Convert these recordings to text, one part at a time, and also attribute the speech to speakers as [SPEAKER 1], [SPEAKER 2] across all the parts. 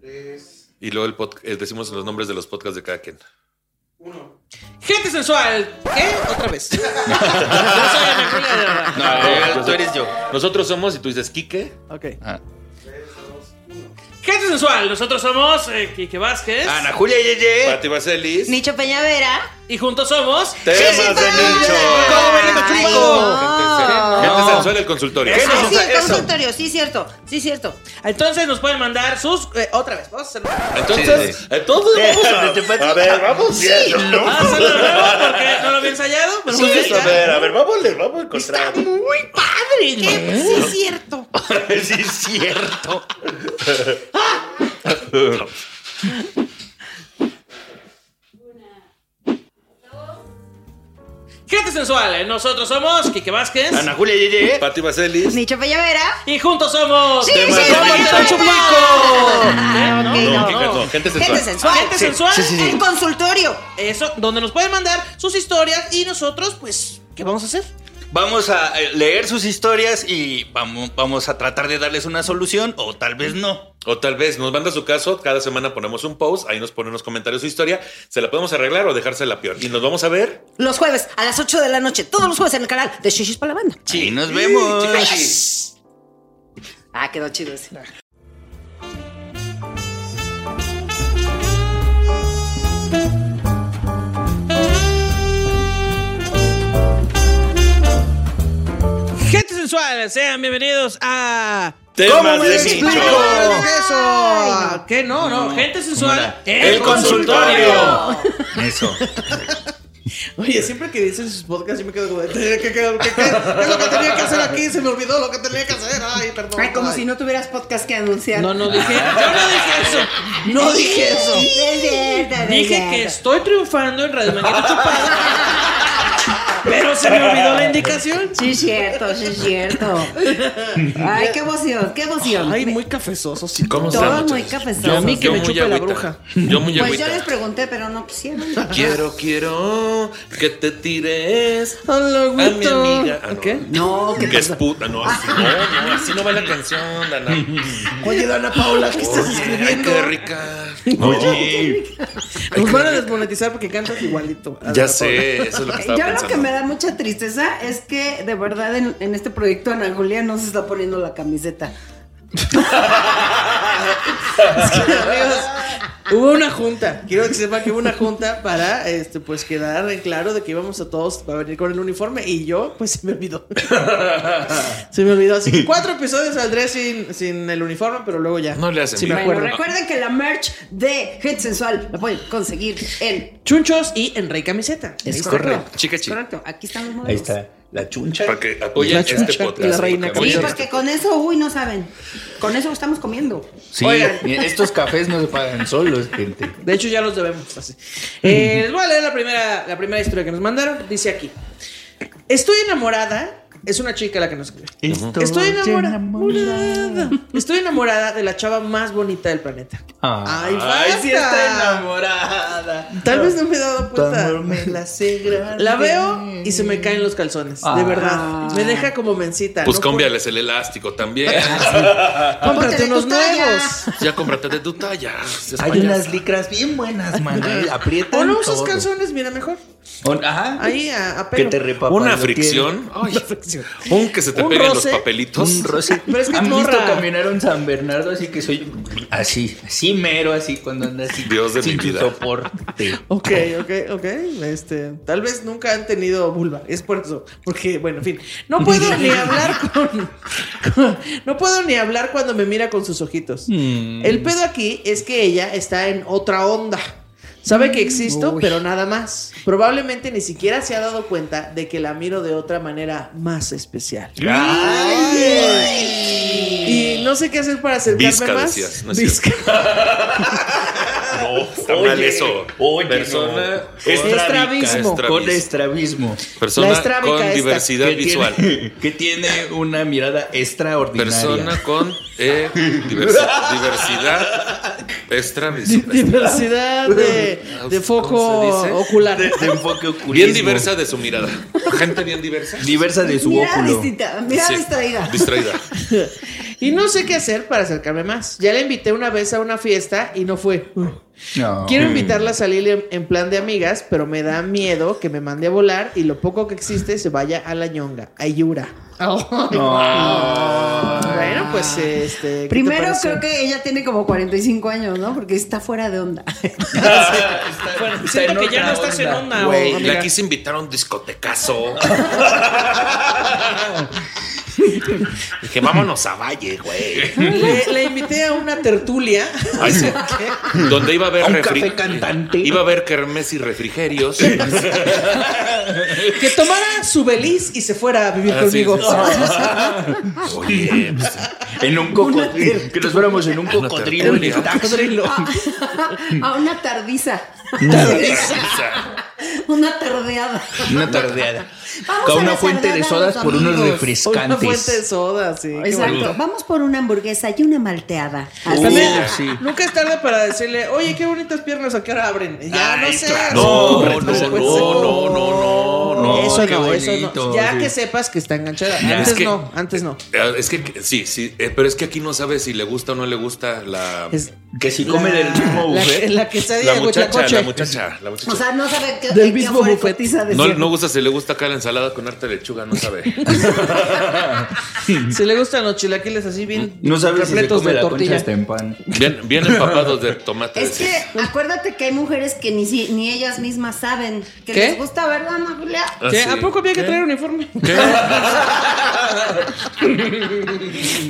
[SPEAKER 1] Tres.
[SPEAKER 2] Y luego el pod- eh, decimos los nombres de los podcasts de cada quien.
[SPEAKER 1] Uno.
[SPEAKER 3] Gente sensual. ¿Qué? Otra vez. Yo soy Ana Julia de Aragón.
[SPEAKER 4] No,
[SPEAKER 2] Ah,
[SPEAKER 4] eh,
[SPEAKER 2] pues,
[SPEAKER 4] tú eres yo.
[SPEAKER 2] Nosotros somos, y tú dices Quique.
[SPEAKER 3] Ok.
[SPEAKER 4] Ah.
[SPEAKER 1] Tres, dos, uno.
[SPEAKER 3] Gente sensual. Nosotros somos eh, Quique Vázquez.
[SPEAKER 4] Ana Julia Yeye.
[SPEAKER 2] Pati Vaselis.
[SPEAKER 5] Nicho Peñavera.
[SPEAKER 3] Y juntos somos.
[SPEAKER 2] Temas de nicho.
[SPEAKER 3] ¿Cómo ven, Machuco?
[SPEAKER 5] Ay, no.
[SPEAKER 2] Gente sensual el consultorio.
[SPEAKER 4] Eso.
[SPEAKER 5] Ah, sí,
[SPEAKER 4] Eso.
[SPEAKER 5] consultorio, sí, cierto. Sí, cierto.
[SPEAKER 3] Entonces nos pueden mandar sus. eh, otra vez. Vamos a hacerlo.
[SPEAKER 2] Entonces, eh,
[SPEAKER 4] Sí,
[SPEAKER 2] entonces vamos a,
[SPEAKER 4] Pati.
[SPEAKER 2] a ver, vamos viendo.
[SPEAKER 3] Vamos a hacerlo de nuevo porque no lo había ensayado. Pero
[SPEAKER 2] Vamos
[SPEAKER 3] pues
[SPEAKER 2] a
[SPEAKER 3] venga.
[SPEAKER 2] ver, a ver, vamos, le vamos a encontrar.
[SPEAKER 5] Muy padre, ¿no? Sí, cierto.
[SPEAKER 4] Sí, es cierto.
[SPEAKER 3] Gente sensual. eh, Nosotros somos Quique Vázquez.
[SPEAKER 4] Ana Julia Yeye.
[SPEAKER 2] Pati Vaselis.
[SPEAKER 5] Nicho Peñavera.
[SPEAKER 3] Y juntos somos.
[SPEAKER 5] Sí,
[SPEAKER 2] Temas
[SPEAKER 5] sí,
[SPEAKER 2] de
[SPEAKER 5] sí,
[SPEAKER 2] Nicho
[SPEAKER 5] sí, sí.
[SPEAKER 3] Chupico.
[SPEAKER 2] No,
[SPEAKER 5] Ah, ok, no.
[SPEAKER 2] Quique, no, gente sensual.
[SPEAKER 5] Gente sensual.
[SPEAKER 3] Gente sensual.
[SPEAKER 5] El consultorio.
[SPEAKER 3] Eso, donde nos pueden mandar sus historias y nosotros, pues, ¿qué vamos a hacer?
[SPEAKER 4] Vamos a eh, leer sus historias y vamos, vamos a tratar de darles una solución o tal vez no.
[SPEAKER 2] O tal vez nos manda su caso, cada semana ponemos un post, ahí nos ponen los comentarios su historia, se la podemos arreglar o dejársela peor. Y nos vamos a ver.
[SPEAKER 5] Los jueves a las 8 de la noche. Todos los jueves en el canal de Shishis para la banda.
[SPEAKER 4] Sí, nos vemos.
[SPEAKER 5] Ah, quedó chido ese.
[SPEAKER 3] Gente sensual, sean bienvenidos a.
[SPEAKER 2] Temas de
[SPEAKER 5] ves?
[SPEAKER 2] nicho.
[SPEAKER 3] ¡Claro que eso! ¿Qué no? No, gente sensual.
[SPEAKER 4] Mira,
[SPEAKER 2] el consultorio.
[SPEAKER 4] Eso.
[SPEAKER 3] Oye, siempre que dicen sus podcasts, yo me quedo como de. ¿Qué, qué, qué, qué, qué es lo que tenía que hacer aquí? Se me olvidó lo que tenía que hacer. Ay, perdón.
[SPEAKER 6] Ay, como
[SPEAKER 3] Ay.
[SPEAKER 6] si no tuvieras podcast que anunciar.
[SPEAKER 3] No, no dije. Yo no dije eso. No dije eso.
[SPEAKER 5] Es cierto, es
[SPEAKER 3] Dije
[SPEAKER 5] cierto.
[SPEAKER 3] que estoy triunfando en Radio Manguito Chupado. Pero se me olvidó la indicación.
[SPEAKER 6] Sí, cierto, sí, cierto.
[SPEAKER 5] Ay, qué emoción, qué emoción.
[SPEAKER 3] Ay, muy cafezoso, sí.
[SPEAKER 2] ¿Cómo
[SPEAKER 5] Todo
[SPEAKER 2] están,
[SPEAKER 5] muy
[SPEAKER 2] muchachos?
[SPEAKER 5] cafezoso.
[SPEAKER 3] Yo a mí que
[SPEAKER 2] Yo
[SPEAKER 3] me
[SPEAKER 2] muy
[SPEAKER 3] chupe la
[SPEAKER 2] agüita.
[SPEAKER 3] bruja.
[SPEAKER 2] Yo muy
[SPEAKER 5] Pues yo les
[SPEAKER 2] agüita.
[SPEAKER 5] pregunté, pero no pusieron.
[SPEAKER 2] Quiero, quiero que te tires
[SPEAKER 3] Hola,
[SPEAKER 2] a mi amiga. Ah, no.
[SPEAKER 3] ¿Qué?
[SPEAKER 6] No, que
[SPEAKER 2] Que es puta, no, así no, no, así no va la canción, Dana.
[SPEAKER 6] Oye, Dana Paula, ¿qué estás
[SPEAKER 2] Oye, ay, qué rica. Oye,
[SPEAKER 3] Nos van a desmonetizar porque cantas igualito.
[SPEAKER 2] ya sé, eso es lo que
[SPEAKER 6] Yo
[SPEAKER 2] estaba
[SPEAKER 6] lo que me
[SPEAKER 2] pensando.
[SPEAKER 6] da mucha tristeza es que de verdad en, en este proyecto Ana Julia no se está poniendo la camiseta.
[SPEAKER 3] Amigos, hubo una junta. Quiero que sepan que hubo una junta para este, pues quedar en claro de que íbamos a todos a venir con el uniforme y yo, pues se me olvidó. se me olvidó. Así que cuatro episodios saldré sin, sin el uniforme, pero luego ya.
[SPEAKER 2] No le hacen
[SPEAKER 3] Sí, me
[SPEAKER 2] bien.
[SPEAKER 3] acuerdo.
[SPEAKER 6] Bueno, recuerden que la merch de Gente Sensual la pueden conseguir en.
[SPEAKER 3] Chunchos y Enrique Camiseta.
[SPEAKER 6] Es
[SPEAKER 2] correcto. Chica chi.
[SPEAKER 6] Correcto, aquí están los modelos.
[SPEAKER 4] La chuncha.
[SPEAKER 2] Para que apoyen
[SPEAKER 3] La
[SPEAKER 2] este
[SPEAKER 3] chucha,
[SPEAKER 2] podcast.
[SPEAKER 3] la reina
[SPEAKER 2] porque
[SPEAKER 3] Oye,
[SPEAKER 6] Sí,
[SPEAKER 2] apoyen
[SPEAKER 6] porque con eso, uy, no saben. Con eso estamos comiendo.
[SPEAKER 4] Sí, estos cafés no se pagan solos, gente.
[SPEAKER 3] De hecho, ya los debemos. Así. Eh, les voy a leer la primera, la primera historia que nos mandaron. Dice aquí: Estoy enamorada. Es una chica la que nos escribe.
[SPEAKER 4] Estoy,
[SPEAKER 3] Estoy enamorada. Estoy enamorada de la chava más bonita del planeta.
[SPEAKER 4] Ah.
[SPEAKER 3] Ay, basta.
[SPEAKER 4] enamorada.
[SPEAKER 3] Tal vez no me he dado cuenta.
[SPEAKER 4] la sé grande.
[SPEAKER 3] La veo y se me caen los calzones. De
[SPEAKER 4] Ah.
[SPEAKER 3] verdad. Me deja como mencita.
[SPEAKER 2] Pues
[SPEAKER 3] no
[SPEAKER 2] cámbiales el elástico también.
[SPEAKER 3] puedo- Cómprate
[SPEAKER 5] Cómprate
[SPEAKER 3] unos
[SPEAKER 5] tu talla.
[SPEAKER 3] nuevos.
[SPEAKER 2] ya cómprate de tu talla. seas
[SPEAKER 4] Hay
[SPEAKER 2] payaso.
[SPEAKER 4] unas licras bien buenas, man. Ahí Aprietan.
[SPEAKER 3] O no usas
[SPEAKER 4] todo.
[SPEAKER 3] calzones, mira mejor.
[SPEAKER 4] O- Ajá.
[SPEAKER 3] Ahí a, a
[SPEAKER 4] que
[SPEAKER 3] pelo.
[SPEAKER 4] te repapa.
[SPEAKER 2] Una
[SPEAKER 4] lo
[SPEAKER 2] fricción. Ay, un que se te
[SPEAKER 3] Un
[SPEAKER 2] peguen
[SPEAKER 3] roce.
[SPEAKER 2] los
[SPEAKER 4] tiene.
[SPEAKER 2] papelitos.
[SPEAKER 4] Un roce.
[SPEAKER 3] Pero es que es
[SPEAKER 4] ¿Han
[SPEAKER 3] morra.
[SPEAKER 4] visto caminar un San Bernardo? Así que soy así, así mero, así cuando anda así.
[SPEAKER 2] Dios de
[SPEAKER 4] sin
[SPEAKER 2] mi
[SPEAKER 4] su
[SPEAKER 2] vida.
[SPEAKER 4] soporte.
[SPEAKER 3] Ok, ok, ok. Este, tal vez nunca han tenido vulva. Es por eso. Porque, bueno, en fin. No puedo ni hablar con, con- No puedo ni hablar cuando me mira con sus ojitos. El pedo aquí es que ella está en otra onda. Sabe que existo,
[SPEAKER 6] Uy.
[SPEAKER 3] pero nada más. Probablemente ni siquiera se ha dado cuenta de que la miro de otra manera más especial. Y no sé qué hacer para acercarme
[SPEAKER 2] Vizca,
[SPEAKER 3] más.
[SPEAKER 2] decías, no es cierto.
[SPEAKER 3] Vizca.
[SPEAKER 2] No, Oh, está mal eso.
[SPEAKER 4] Oye,
[SPEAKER 2] persona
[SPEAKER 4] no.
[SPEAKER 3] Estrabismo.
[SPEAKER 2] estrabismo.
[SPEAKER 4] Con estrabismo.
[SPEAKER 3] La
[SPEAKER 2] persona
[SPEAKER 3] estrábica
[SPEAKER 2] con
[SPEAKER 3] esta.
[SPEAKER 2] diversidad
[SPEAKER 4] que
[SPEAKER 2] visual.
[SPEAKER 4] Tiene, que tiene una mirada extraordinaria.
[SPEAKER 2] Persona con eh, diversi- diversidad extravisual.
[SPEAKER 3] Diversidad de, de
[SPEAKER 2] ¿Cómo se dice?
[SPEAKER 3] foco ocular.
[SPEAKER 4] de, de enfoque oculista.
[SPEAKER 2] Bien diversa de su mirada. Gente bien diversa.
[SPEAKER 4] Diversa de su
[SPEAKER 6] Mira
[SPEAKER 4] óculo.
[SPEAKER 6] distinta, mira
[SPEAKER 2] Sí,
[SPEAKER 6] distraída.
[SPEAKER 2] Distraída.
[SPEAKER 3] Y no sé qué hacer para acercarme más. Ya la invité una vez a una fiesta y no fue.
[SPEAKER 4] No.
[SPEAKER 3] Quiero invitarla a salir en- en plan de amigas, pero me da miedo que me mande a volar y lo poco que existe se vaya a la ñonga, a Yura.
[SPEAKER 2] Ah.
[SPEAKER 7] Ah.
[SPEAKER 3] Bueno, pues este. ¿qué te
[SPEAKER 6] Primero
[SPEAKER 3] pareció?
[SPEAKER 6] creo que ella tiene como 45 años, ¿no? Porque está fuera de onda.
[SPEAKER 7] Bueno, siento que ya no estás en onda,
[SPEAKER 2] Güey,
[SPEAKER 7] o-
[SPEAKER 2] la
[SPEAKER 7] amiga.
[SPEAKER 2] quise invitar a un discotecazo. Dije, vámonos a Valle, güey.
[SPEAKER 3] Le, le invité a una tertulia.
[SPEAKER 2] Ay, sí. Donde iba a haber
[SPEAKER 4] A un
[SPEAKER 2] refri-
[SPEAKER 4] café cantante.
[SPEAKER 2] Iba a haber kermés y refrigerios.
[SPEAKER 3] Que tomara su beliz y se fuera a vivir
[SPEAKER 2] Ah, sí,
[SPEAKER 3] conmigo.
[SPEAKER 2] sí, sí. Oye, pues,
[SPEAKER 4] En un cocodrilo. Que nos fuéramos en un cocodrilo en el taxi.
[SPEAKER 6] a Ah, una tardiza.
[SPEAKER 2] esa-
[SPEAKER 6] Una tardeada.
[SPEAKER 4] Una tardeada.
[SPEAKER 6] Vamos
[SPEAKER 4] Con
[SPEAKER 6] a
[SPEAKER 4] una
[SPEAKER 6] la
[SPEAKER 4] fuente de
[SPEAKER 6] tardeada,
[SPEAKER 4] sodas
[SPEAKER 6] los
[SPEAKER 4] por unos
[SPEAKER 6] amigos.
[SPEAKER 3] Una fuente de
[SPEAKER 4] refrescantes.
[SPEAKER 3] soda, sí. qué
[SPEAKER 6] Exacto.
[SPEAKER 3] bonito.
[SPEAKER 6] Vamos por una hamburguesa y una malteada.
[SPEAKER 4] Uh,
[SPEAKER 3] También,
[SPEAKER 4] sí.
[SPEAKER 3] Nunca es tarde para decirle, oye, qué bonitas piernas, ¿a qué hora abren? Ya, no
[SPEAKER 2] Ay,
[SPEAKER 3] sé.
[SPEAKER 2] claro.
[SPEAKER 3] No, pues,
[SPEAKER 2] No,
[SPEAKER 3] por
[SPEAKER 2] no,
[SPEAKER 3] supuesto.
[SPEAKER 2] no, no, no, no,
[SPEAKER 4] no,
[SPEAKER 3] Eso
[SPEAKER 4] qué
[SPEAKER 3] no, eso no.
[SPEAKER 4] bonito,
[SPEAKER 3] Ya
[SPEAKER 4] sí.
[SPEAKER 3] que sepas que está enganchada.
[SPEAKER 2] Ya,
[SPEAKER 3] Antes
[SPEAKER 2] es que-
[SPEAKER 3] no, antes no.
[SPEAKER 2] eh, Es que sí, sí, eh, pero es que aquí no sabes si le gusta o no le gusta la,
[SPEAKER 3] Es
[SPEAKER 4] Que si comen el mismo
[SPEAKER 3] la,
[SPEAKER 4] buffet.
[SPEAKER 3] la quesadilla
[SPEAKER 2] la
[SPEAKER 3] de
[SPEAKER 2] muchacha,
[SPEAKER 3] huitlacoche.
[SPEAKER 2] la muchacha, la muchacha.
[SPEAKER 6] O sea, no sabe qué,
[SPEAKER 3] Del
[SPEAKER 6] qué
[SPEAKER 3] mismo
[SPEAKER 6] fue el
[SPEAKER 3] buffet.
[SPEAKER 6] cotiza de
[SPEAKER 2] no,
[SPEAKER 6] cierre.
[SPEAKER 2] no gusta si le gusta acá la ensalada con harta lechuga, no sabe.
[SPEAKER 3] Si le gustan los chilaquiles así bien
[SPEAKER 4] No sabes si se
[SPEAKER 3] repletos
[SPEAKER 4] come
[SPEAKER 3] de
[SPEAKER 4] la concha
[SPEAKER 3] tortilla.
[SPEAKER 2] este.
[SPEAKER 4] hasta en pan.
[SPEAKER 2] Bien, bien empapados de tomate.
[SPEAKER 6] Es que acuérdate que hay mujeres que ni, si- ni ellas mismas saben que
[SPEAKER 3] ¿Qué?
[SPEAKER 6] les gusta, ¿verdad, Ana Julia?
[SPEAKER 2] Ah,
[SPEAKER 3] ¿Qué?
[SPEAKER 2] sí.
[SPEAKER 3] ¿A poco había que traer uniforme?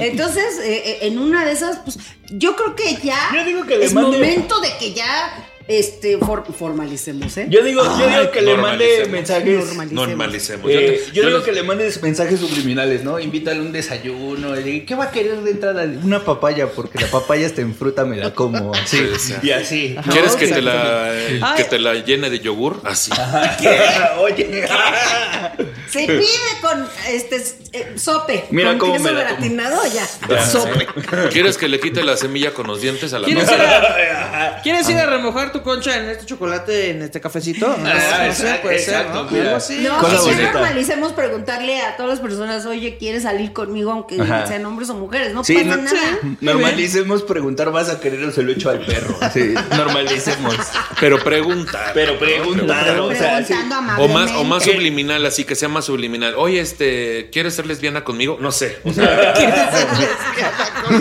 [SPEAKER 6] Entonces, eh, eh, en una de esas, pues yo creo que ya
[SPEAKER 7] Yo digo que le
[SPEAKER 6] es
[SPEAKER 7] mande-
[SPEAKER 6] momento de que ya este, for- formalicemos, ¿eh?
[SPEAKER 7] Yo digo, yo digo que le mande
[SPEAKER 2] normalicemos.
[SPEAKER 7] mensajes.
[SPEAKER 6] Normalicemos.
[SPEAKER 2] Normalicemos. Yo
[SPEAKER 7] Eh,
[SPEAKER 2] te-
[SPEAKER 7] yo
[SPEAKER 2] yo
[SPEAKER 7] digo
[SPEAKER 2] les-
[SPEAKER 7] que le mandes mensajes subliminales, ¿no? Invítale un desayuno. y dile, ¿Qué va a querer de entrada? Una papaya, porque la papaya está en fruta, me la como. Así.
[SPEAKER 2] Puede ser.
[SPEAKER 7] Y así.
[SPEAKER 2] ¿Quieres
[SPEAKER 3] Ajá,
[SPEAKER 2] que te,
[SPEAKER 3] exacto.
[SPEAKER 2] la, eh,
[SPEAKER 3] Ay.
[SPEAKER 2] que te la llene de yogur? Así.
[SPEAKER 7] Ah, Oye.
[SPEAKER 6] Se pide con este eh, sope.
[SPEAKER 7] Mira
[SPEAKER 6] con
[SPEAKER 7] cómo
[SPEAKER 6] queso
[SPEAKER 7] me la como.
[SPEAKER 6] gratinado ya.
[SPEAKER 3] Sope.
[SPEAKER 2] ¿Quieres que le quite la semilla con los dientes a la
[SPEAKER 3] ¿Quieres
[SPEAKER 2] mesa?
[SPEAKER 3] ir, a, ¿Quieres ir a remojar tu concha en este chocolate, en este cafecito? No,
[SPEAKER 7] Ah,
[SPEAKER 3] no sé,
[SPEAKER 7] exacto,
[SPEAKER 3] puede ser,
[SPEAKER 7] exacto,
[SPEAKER 3] ¿no?
[SPEAKER 7] mira.
[SPEAKER 3] Algo así.
[SPEAKER 6] No,
[SPEAKER 7] Cosa
[SPEAKER 6] que ya
[SPEAKER 7] bonita.
[SPEAKER 6] normalicemos preguntarle a todas las personas, oye, ¿quieres salir conmigo aunque
[SPEAKER 7] Ajá.
[SPEAKER 6] sean hombres o mujeres? No
[SPEAKER 7] Sí,
[SPEAKER 6] pasa
[SPEAKER 7] no-
[SPEAKER 6] Pues nada.
[SPEAKER 7] normalicemos preguntar, ¿vas a querer o se lo echo al perro? Sí, normalicemos.
[SPEAKER 2] Pero pregunta.
[SPEAKER 7] Pero preguntar, o sea, sí.
[SPEAKER 6] Preguntando
[SPEAKER 2] o más,
[SPEAKER 6] amablemente.
[SPEAKER 2] o más subliminal, así que sea más subliminal. Oye, este, ¿quieres ser lesbiana conmigo? No sé. O sea,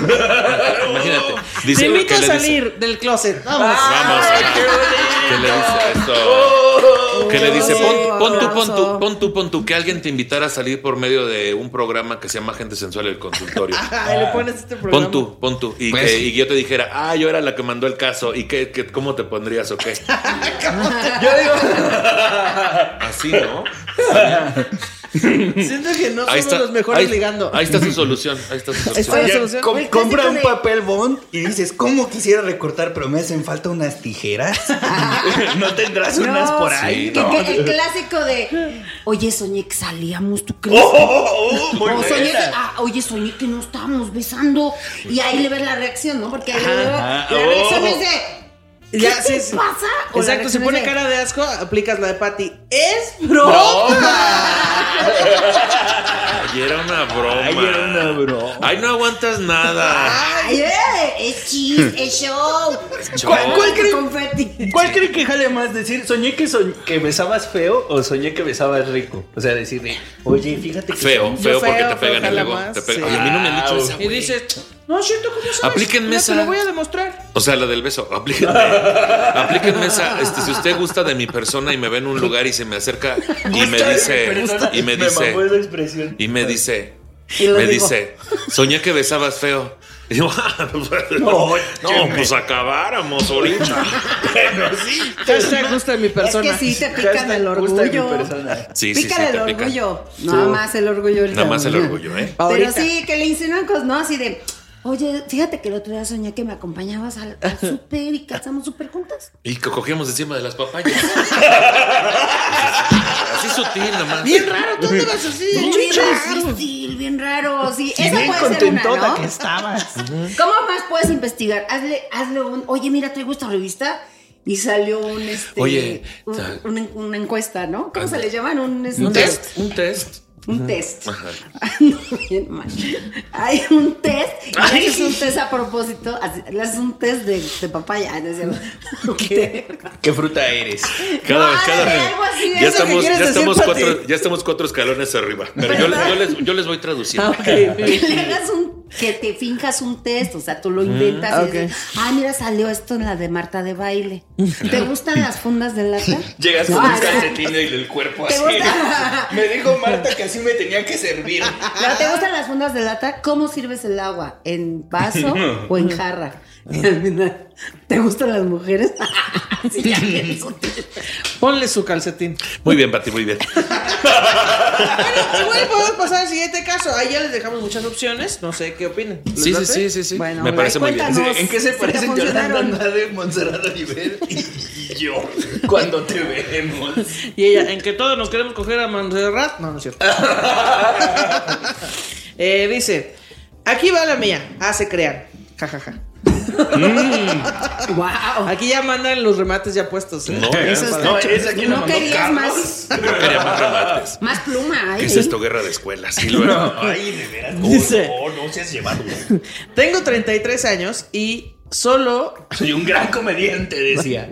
[SPEAKER 2] imagínate.
[SPEAKER 3] Te
[SPEAKER 2] Dice
[SPEAKER 3] invito
[SPEAKER 2] que
[SPEAKER 3] a
[SPEAKER 2] le dice-
[SPEAKER 3] salir del closet. Vamos.
[SPEAKER 2] Vamos. ¿Qué le dice eso?
[SPEAKER 3] Oh,
[SPEAKER 2] Que le dice, pon, pon tú, pon tú, pon tú, pon tú, que alguien te invitara a salir por medio de un programa que se llama Gente Sensual el Consultorio.
[SPEAKER 3] Ajá, le pones este programa.
[SPEAKER 2] Pon tú, pon tú. Y,
[SPEAKER 4] Pues-
[SPEAKER 2] que, y yo te dijera, ah, yo era la que mandó el caso. ¿Y qué, qué- cómo te pondrías o qué?
[SPEAKER 7] Yo digo,
[SPEAKER 2] Así, ¿no?
[SPEAKER 3] Siento que no somos los mejores
[SPEAKER 2] ahí-
[SPEAKER 3] ligando.
[SPEAKER 2] Ahí está su solución. Ahí está su
[SPEAKER 3] Ahí está
[SPEAKER 2] solución.
[SPEAKER 3] la
[SPEAKER 7] Ya,
[SPEAKER 3] solución.
[SPEAKER 7] com-
[SPEAKER 6] El
[SPEAKER 7] compra
[SPEAKER 6] clásico
[SPEAKER 7] un
[SPEAKER 6] de-
[SPEAKER 7] papel bond y dices, ¿cómo quisiera recortar? Pero me hacen falta unas tijeras. ¿No tendrás
[SPEAKER 6] No,
[SPEAKER 7] unas por
[SPEAKER 6] sí,
[SPEAKER 7] ahí?
[SPEAKER 6] que-
[SPEAKER 7] No.
[SPEAKER 6] que el clásico de, oye, soñé que salíamos, ¿tú crees?
[SPEAKER 7] Oh, oh, oh, muy
[SPEAKER 6] O soñé que-
[SPEAKER 7] buena.
[SPEAKER 6] ah, oye, soñé que no estábamos besando. Y ahí le ves la reacción, ¿no? Porque ahí le ves-
[SPEAKER 7] Ajá.
[SPEAKER 6] la reacción
[SPEAKER 7] Oh.
[SPEAKER 6] es de. ¿Qué
[SPEAKER 3] Ya, sí,
[SPEAKER 6] te
[SPEAKER 3] sí.
[SPEAKER 6] pasa? O
[SPEAKER 3] Exacto,
[SPEAKER 6] la
[SPEAKER 3] se
[SPEAKER 6] reacción
[SPEAKER 3] pone
[SPEAKER 6] es de,
[SPEAKER 3] cara de asco, aplicas la de Patty. ¡Es broma!
[SPEAKER 2] Ay, era una broma.
[SPEAKER 7] Ay, era una broma.
[SPEAKER 2] Ay, no aguantas nada.
[SPEAKER 6] Ay, eh, es chiste, es show.
[SPEAKER 7] ¿Cuál, cuál creen-
[SPEAKER 6] Confeti.
[SPEAKER 7] cuál creen que jale más decir? ¿Soñé que, soñ- que besabas feo o soñé que besabas rico? O sea, decirle, oye, fíjate que.
[SPEAKER 2] Feo,
[SPEAKER 3] Yo
[SPEAKER 2] feo, porque
[SPEAKER 3] feo,
[SPEAKER 2] te
[SPEAKER 3] feo,
[SPEAKER 2] pegan el
[SPEAKER 3] jala
[SPEAKER 2] ego.
[SPEAKER 3] más,
[SPEAKER 2] Te pegan-
[SPEAKER 3] sí.
[SPEAKER 2] Oye, a mí no me han dicho
[SPEAKER 7] Ah,
[SPEAKER 2] esa.
[SPEAKER 3] y
[SPEAKER 2] güey.
[SPEAKER 3] dices, no, siento ¿cómo sabes?
[SPEAKER 2] Aplíquenme
[SPEAKER 3] Ya
[SPEAKER 2] esa.
[SPEAKER 3] Te lo voy a demostrar.
[SPEAKER 2] O sea, la del beso. Aplíquenme. Aplíquenme esa. Este, si usted gusta de mi persona y me ve en un lugar y se me acerca y me dice. Y me dice.
[SPEAKER 7] mamó esa expresión.
[SPEAKER 2] Y me dice.
[SPEAKER 6] Y lo
[SPEAKER 2] Me
[SPEAKER 6] digo.
[SPEAKER 2] dice. Soñé que besabas feo. Y yo, no, pues acabáramos ahorita. Pero sí.
[SPEAKER 3] Hashtag gusta de mi
[SPEAKER 6] Es
[SPEAKER 3] persona.
[SPEAKER 6] que sí te
[SPEAKER 7] Hashtag
[SPEAKER 6] pican el
[SPEAKER 7] gusta de mi
[SPEAKER 6] orgullo.
[SPEAKER 7] persona.
[SPEAKER 2] Sí, sí,
[SPEAKER 6] Pican
[SPEAKER 2] sí,
[SPEAKER 6] el
[SPEAKER 2] te pican.
[SPEAKER 6] orgullo. Nada más el orgullo. ahorita.
[SPEAKER 2] Nada más el orgullo, ¿eh?
[SPEAKER 3] Ahorita.
[SPEAKER 6] Pero sí, que le insinúan cosas, ¿no? Así de, oye, fíjate que el otro día soñé que me acompañabas al, al súper y cazamos súper juntas.
[SPEAKER 2] Y que cogíamos encima de las papayas. Así sutil, nada más.
[SPEAKER 3] Bien raro, tú andabas así.
[SPEAKER 6] Bien
[SPEAKER 3] chuchas.
[SPEAKER 6] raro, sí, bien raro, sí.
[SPEAKER 7] Y
[SPEAKER 6] Esa
[SPEAKER 7] bien
[SPEAKER 6] puede ser una,
[SPEAKER 7] contentota
[SPEAKER 6] ¿no?
[SPEAKER 7] que estabas.
[SPEAKER 6] ¿Cómo más puedes investigar? Hazle, hazle un, oye, mira, traigo esta revista y salió un, este,
[SPEAKER 2] Oye,
[SPEAKER 6] un-
[SPEAKER 2] ta-
[SPEAKER 6] un- una encuesta, ¿no? ¿Cómo se le llaman? Un, este,
[SPEAKER 2] ¿Un test? ¿Un test?
[SPEAKER 6] Un test. Ando bien mal. Hay un test. y le haces un test a propósito. así, Le haces un test de, de papaya. Ay, no es cierto.
[SPEAKER 4] ¿Qué fruta eres?
[SPEAKER 2] Cada vez,
[SPEAKER 6] Madre,
[SPEAKER 2] cada vez.
[SPEAKER 6] algo así,
[SPEAKER 2] Ya
[SPEAKER 3] eso que
[SPEAKER 2] estamos, ya,
[SPEAKER 3] quieres
[SPEAKER 2] estamos
[SPEAKER 3] decir, Pati.
[SPEAKER 2] cuatro, ya estamos cuatro escalones arriba. Pero yo, les- yo les, yo les voy traduciendo.
[SPEAKER 3] Ah, ok.
[SPEAKER 6] Que le hagas un- que te finjas un test, o sea, tú lo inventas
[SPEAKER 3] Ah,
[SPEAKER 6] y dices, ah, mira, salió esto en la de Marta de baile. ¿Te gustan las fundas de lata?
[SPEAKER 4] Llegas
[SPEAKER 6] No,
[SPEAKER 4] con un
[SPEAKER 6] así-
[SPEAKER 4] calcetín y el cuerpo
[SPEAKER 6] ¿Te
[SPEAKER 4] así.
[SPEAKER 6] gusta?
[SPEAKER 4] Me dijo Marta que así me tenía que servir.
[SPEAKER 6] No, ¿te gustan las fundas de lata? ¿Cómo sirves el agua? ¿En vaso o en jarra? Y al final, ¿te gustan las mujeres? Sí, ya eres un-
[SPEAKER 3] Ponle su calcetín.
[SPEAKER 2] Muy bien, Pati, muy bien.
[SPEAKER 3] Bueno, igual podemos pasar al siguiente caso. Ahí ya les dejamos muchas opciones. No sé qué opinan. ¿Les
[SPEAKER 2] Sí, sí,
[SPEAKER 3] late?
[SPEAKER 2] sí, sí, sí.
[SPEAKER 3] Bueno,
[SPEAKER 2] Me
[SPEAKER 3] ok.
[SPEAKER 2] parece muy bien.
[SPEAKER 6] cuéntanos.
[SPEAKER 7] ¿En qué se
[SPEAKER 6] Sí,
[SPEAKER 7] parecen
[SPEAKER 6] te
[SPEAKER 7] Yolanda
[SPEAKER 6] funcionaron.
[SPEAKER 7] Andrade, Montserrat Oliver y y yo cuando te vemos?
[SPEAKER 3] Y ella, en que todos nos queremos coger a Montserrat. No, no es cierto. Eh, dice: Aquí va la mía. Ah, se crean. Ja, ja, ja.
[SPEAKER 6] ¡Wow!
[SPEAKER 3] Aquí ya mandan los remates ya puestos. ¿eh?
[SPEAKER 2] No, ya.
[SPEAKER 7] No, esa aquí
[SPEAKER 6] No querías más,
[SPEAKER 2] No quería más remates.
[SPEAKER 6] más pluma.
[SPEAKER 2] ¿Qué
[SPEAKER 6] ay.
[SPEAKER 2] es esto, guerra de escuelas? Y luego,
[SPEAKER 4] Ay, de veras. No,
[SPEAKER 3] Dice-
[SPEAKER 4] no, no seas llevado.
[SPEAKER 3] Tengo 33 años y solo
[SPEAKER 7] Soy un gran comediante, decía.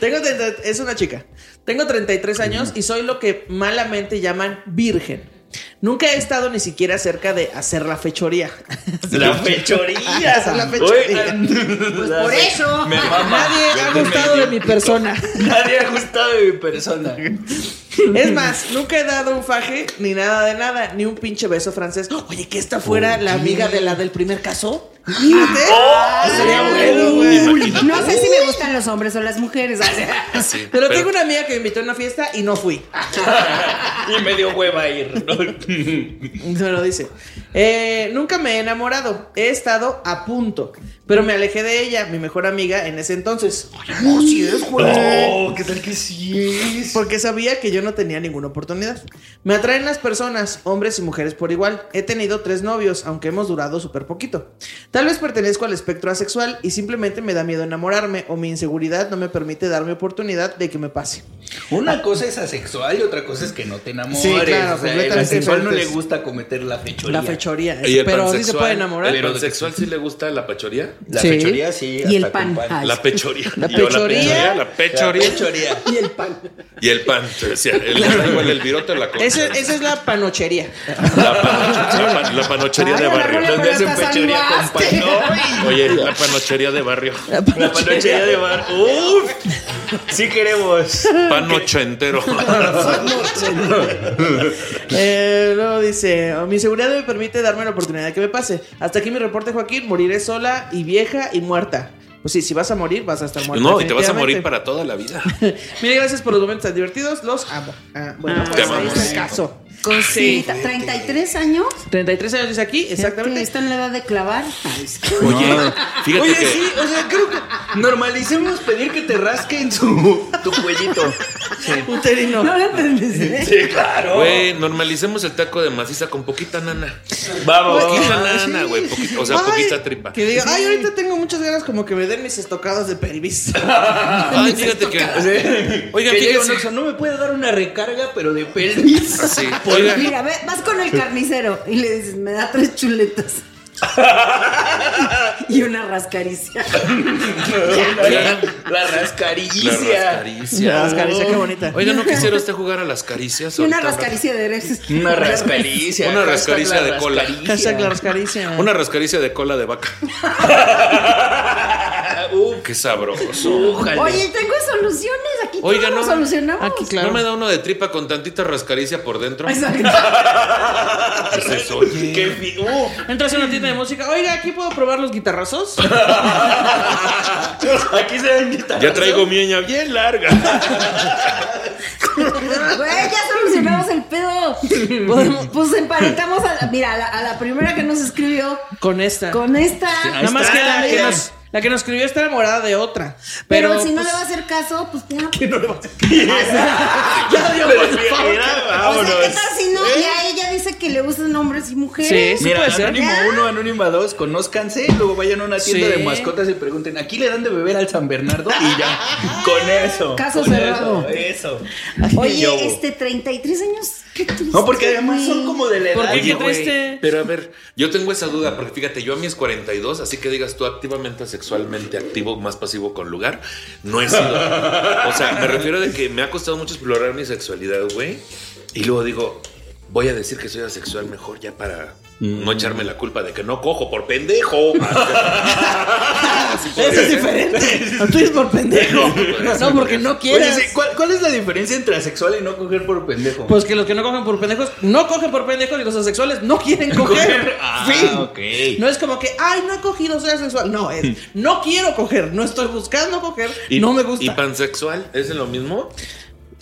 [SPEAKER 3] Tengo 30 es una chica. Tengo 33 años y soy lo que malamente llaman virgen. Nunca he estado ni siquiera cerca de hacer la fechoría.
[SPEAKER 7] La fechoría. pues,
[SPEAKER 3] Hacer la fechoría.
[SPEAKER 6] Por eso.
[SPEAKER 7] Me
[SPEAKER 2] Ah,
[SPEAKER 7] mama.
[SPEAKER 3] Nadie ha gustado de mi persona.
[SPEAKER 7] Nadie ha gustado de mi persona.
[SPEAKER 3] Es más, nunca he dado un faje ni nada de nada, ni un pinche beso francés. Oye, que esta fuera la amiga de la del primer caso. Fíjate. sería bueno, güey.
[SPEAKER 6] No sé si me gustan los hombres o las mujeres. o sea.
[SPEAKER 2] sí,
[SPEAKER 3] Pero tengo una amiga que me invitó a una fiesta y no fui. Ah,
[SPEAKER 7] Y me dio hueva ir. ¿no?
[SPEAKER 3] Se lo dice. Eh, nunca me he enamorado. He estado a punto. Pero me alejé de ella, mi mejor amiga en ese entonces. Pues,
[SPEAKER 7] No, Oh, ¿qué tal que sí es?
[SPEAKER 3] Porque sabía que yo no tenía ninguna oportunidad. Me atraen las personas, hombres y mujeres por igual. He tenido tres novios, aunque hemos durado súper poquito. Tal vez pertenezco al espectro asexual y simplemente me da miedo enamorarme o mi inseguridad no me permite darme oportunidad de que me pase.
[SPEAKER 7] Una cosa es asexual y otra cosa es que no te enamores.
[SPEAKER 3] Sí, claro,
[SPEAKER 7] O sea,
[SPEAKER 3] completamente
[SPEAKER 7] el asexual no le
[SPEAKER 3] diferentes.
[SPEAKER 7] gusta cometer la fechoría.
[SPEAKER 3] La fechoría.
[SPEAKER 2] ¿Y el
[SPEAKER 3] Pero sí se
[SPEAKER 2] pansexual?
[SPEAKER 3] puede enamorar.
[SPEAKER 2] ¿El pansexual sí le gusta la pachoría?
[SPEAKER 7] La
[SPEAKER 3] Sí.
[SPEAKER 7] fechoría sí.
[SPEAKER 6] Y el
[SPEAKER 7] hasta con
[SPEAKER 6] pan. Ay,
[SPEAKER 2] La pechoría.
[SPEAKER 3] La
[SPEAKER 2] Yo,
[SPEAKER 3] pechoría.
[SPEAKER 2] La
[SPEAKER 7] La
[SPEAKER 2] pechoría.
[SPEAKER 7] fechoría.
[SPEAKER 6] Y el pan.
[SPEAKER 2] Y el pan. te decía, el, el, el virote o la concha.
[SPEAKER 3] Ese- esa es la panochería.
[SPEAKER 2] La, panoche- la pan- la panochería
[SPEAKER 6] Ay,
[SPEAKER 2] de
[SPEAKER 6] a la
[SPEAKER 2] barrio.
[SPEAKER 6] Rola,
[SPEAKER 7] Donde
[SPEAKER 6] pero
[SPEAKER 7] hacen
[SPEAKER 6] hasta
[SPEAKER 7] fechoría con pan.
[SPEAKER 6] salvaste.
[SPEAKER 7] ¡Ay!
[SPEAKER 2] Oye, la panochería de barrio.
[SPEAKER 7] La panochería de bar. ¡Uf! Sí queremos.
[SPEAKER 2] Pan ochentero.
[SPEAKER 3] Eh, luego dice, mi seguridad me permite darme la oportunidad de que me pase. Hasta aquí mi reporte, Joaquín. Moriré sola y vieja y muerta. Pues sí, si vas a morir, vas a estar muerta.
[SPEAKER 2] No, y te vas a morir para
[SPEAKER 3] definitivamente.
[SPEAKER 2] toda la vida.
[SPEAKER 3] Mil gracias por los momentos tan divertidos. Los amo. Ah, bueno,
[SPEAKER 6] Ah,
[SPEAKER 3] pues
[SPEAKER 2] te
[SPEAKER 3] ahí
[SPEAKER 2] amamos.
[SPEAKER 3] está el caso.
[SPEAKER 6] Cosita. 33 años.
[SPEAKER 3] 33 años dice aquí,
[SPEAKER 6] Exactamente.
[SPEAKER 3] exactamente.
[SPEAKER 6] Está en la edad de clavar. Ay, sí.
[SPEAKER 2] Oye, fíjate
[SPEAKER 7] Oye,
[SPEAKER 2] que.
[SPEAKER 7] sí, o sea, creo que normalicemos pedir que te rasquen su, tu cuellito.
[SPEAKER 3] Uterino.
[SPEAKER 6] No lo entendí.
[SPEAKER 7] Sí, claro.
[SPEAKER 2] Güey, normalicemos el taco de maciza con poquita nana.
[SPEAKER 7] Vamos.
[SPEAKER 2] Poquita
[SPEAKER 3] Ah,
[SPEAKER 2] Oh, nana,
[SPEAKER 3] sí.
[SPEAKER 2] güey. poqui- O sea,
[SPEAKER 3] Ay,
[SPEAKER 2] poquita tripa.
[SPEAKER 3] Que diga, ay, ahorita tengo muchas ganas como que me den mis estocadas de pelvis.
[SPEAKER 2] Ay, fíjate que. Oigan,
[SPEAKER 7] que llegue un
[SPEAKER 2] fíjense.
[SPEAKER 7] Oxxo, no me puede dar una recarga, pero de pelvis.
[SPEAKER 2] Sí, oigan.
[SPEAKER 6] Mira, ve, vas con el carnicero y le dices, me da tres chuletas. y una rascaricia.
[SPEAKER 7] La, la
[SPEAKER 2] Las
[SPEAKER 7] rascaricia.
[SPEAKER 2] rascaricias.
[SPEAKER 3] Las caricias, qué bonita.
[SPEAKER 2] Oiga, ¿no quisiera usted jugar a las caricias?
[SPEAKER 6] Y una
[SPEAKER 2] Ahorita-
[SPEAKER 6] rascaricia de eres.
[SPEAKER 7] Una rascaricia.
[SPEAKER 2] Una
[SPEAKER 7] Hashtag
[SPEAKER 2] rascaricia
[SPEAKER 7] la
[SPEAKER 2] de cola.
[SPEAKER 7] rascaricia.
[SPEAKER 3] Hashtag las caricias.
[SPEAKER 2] Una rascaricia de cola de vaca.
[SPEAKER 7] Ah, Uf,
[SPEAKER 2] Qué sabroso.
[SPEAKER 7] ujale.
[SPEAKER 6] Oye, tengo soluciones. Aquí
[SPEAKER 2] Oiga, no.
[SPEAKER 6] todo lo solucionamos.
[SPEAKER 3] Aquí, claro.
[SPEAKER 2] ¿No me da uno de tripa con tantita rascaricia por dentro?
[SPEAKER 6] Exacto.
[SPEAKER 2] Pues eso, oye.
[SPEAKER 7] Qué fi- uf.
[SPEAKER 3] Entras a una tienda de música. Oiga, aquí puedo probar los guitarrazos.
[SPEAKER 7] Aquí se dan guitarras.
[SPEAKER 2] Ya traigo mieña bien larga.
[SPEAKER 6] Güey, ya solucionamos el pedo. Podemos- pues emparentamos a la, mira, a la, a la primera que nos escribió
[SPEAKER 3] Con esta.
[SPEAKER 6] con esta.
[SPEAKER 7] ahí
[SPEAKER 3] Nada más
[SPEAKER 7] está,
[SPEAKER 3] que la que,
[SPEAKER 7] mira.
[SPEAKER 3] nos, la que nos escribió está enamorada de otra. Pero,
[SPEAKER 6] pero, si no
[SPEAKER 3] pues,
[SPEAKER 6] le va a hacer caso, pues ya.
[SPEAKER 7] Ya dio por favor.
[SPEAKER 6] o sea, ¿qué tal si no? Y a ella parece que le usan hombres y mujeres.
[SPEAKER 3] ¿Eh? Sí,
[SPEAKER 7] Mira,
[SPEAKER 3] puede ser.
[SPEAKER 7] anónimo 1, anónima 2, conózcanse, luego vayan a una tienda
[SPEAKER 3] Sí.
[SPEAKER 7] de mascotas y pregunten, ¿aquí le dan de beber al San Bernardo? Y ya, con eso.
[SPEAKER 6] Caso
[SPEAKER 7] con
[SPEAKER 6] cerrado.
[SPEAKER 7] Eso.
[SPEAKER 6] Oye,
[SPEAKER 7] Yo-
[SPEAKER 6] este 33 años, qué triste,
[SPEAKER 7] No, porque además
[SPEAKER 6] güey.
[SPEAKER 7] son como de la edad.
[SPEAKER 3] ¿Por qué?
[SPEAKER 2] Oye,
[SPEAKER 3] ¿Qué
[SPEAKER 2] güey,
[SPEAKER 3] triste?
[SPEAKER 2] Pero a ver, yo tengo esa duda, porque fíjate, yo a mis 42, así que digas tú activamente, sexualmente activo, más pasivo con lugar, no he sido. O sea, me refiero de que me ha costado mucho explorar mi sexualidad, güey. Y luego digo, voy a decir que soy asexual mejor ya para
[SPEAKER 3] Mm.
[SPEAKER 2] no echarme la culpa de que no cojo por pendejo. Así podría
[SPEAKER 3] Eso es
[SPEAKER 2] ser.
[SPEAKER 3] diferente. No, tú eres por pendejo.
[SPEAKER 2] No,
[SPEAKER 3] No, porque no
[SPEAKER 7] Oye,
[SPEAKER 3] quieres.
[SPEAKER 7] sí, ¿cuál, cuál es la diferencia entre asexual y no coger por pendejo?
[SPEAKER 3] Pues que los que no cogen por pendejos, no cogen por pendejos y los asexuales no quieren coger.
[SPEAKER 7] Ah,
[SPEAKER 3] Fin.
[SPEAKER 7] ok.
[SPEAKER 3] No es como que, ay, no he cogido, soy asexual. No, es, no quiero coger, no estoy buscando coger,
[SPEAKER 2] Y-
[SPEAKER 3] no me
[SPEAKER 2] ¿Y
[SPEAKER 3] gusta.
[SPEAKER 2] pansexual? ¿Es lo mismo?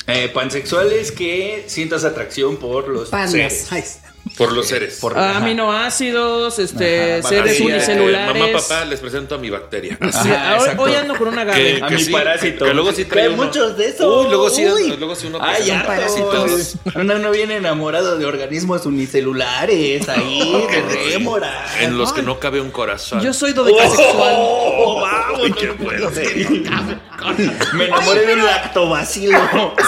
[SPEAKER 7] Eh, pansexual es que sientas atracción por los seres.
[SPEAKER 6] Panas. Ay,
[SPEAKER 2] Por los seres. Por
[SPEAKER 3] Ah, aminoácidos, este,
[SPEAKER 7] Ajá,
[SPEAKER 3] seres
[SPEAKER 7] bacterias,
[SPEAKER 3] unicelulares.
[SPEAKER 2] Mamá, papá, les presento a mi bacteria.
[SPEAKER 3] Sí,
[SPEAKER 7] eh, Ajá,
[SPEAKER 3] hoy,
[SPEAKER 7] exacto.
[SPEAKER 3] hoy ando con una
[SPEAKER 2] que,
[SPEAKER 3] gabe.
[SPEAKER 7] A
[SPEAKER 2] que
[SPEAKER 7] mi
[SPEAKER 2] sí,
[SPEAKER 7] parásito.
[SPEAKER 2] Que luego sí
[SPEAKER 7] Hay
[SPEAKER 2] trae uno.
[SPEAKER 7] muchos de esos.
[SPEAKER 2] Uy, luego sí,
[SPEAKER 7] Uy.
[SPEAKER 2] luego sí uno
[SPEAKER 7] Ay,
[SPEAKER 2] presenta
[SPEAKER 7] ya, parásitos. Uno no viene enamorado de organismos unicelulares ahí, de rémora.
[SPEAKER 2] En los que no cabe un corazón.
[SPEAKER 3] Yo soy dodecasexual.
[SPEAKER 7] ¡Oh, vamos!
[SPEAKER 2] Ay, qué bueno.
[SPEAKER 7] Me enamoré de un lactobacilo.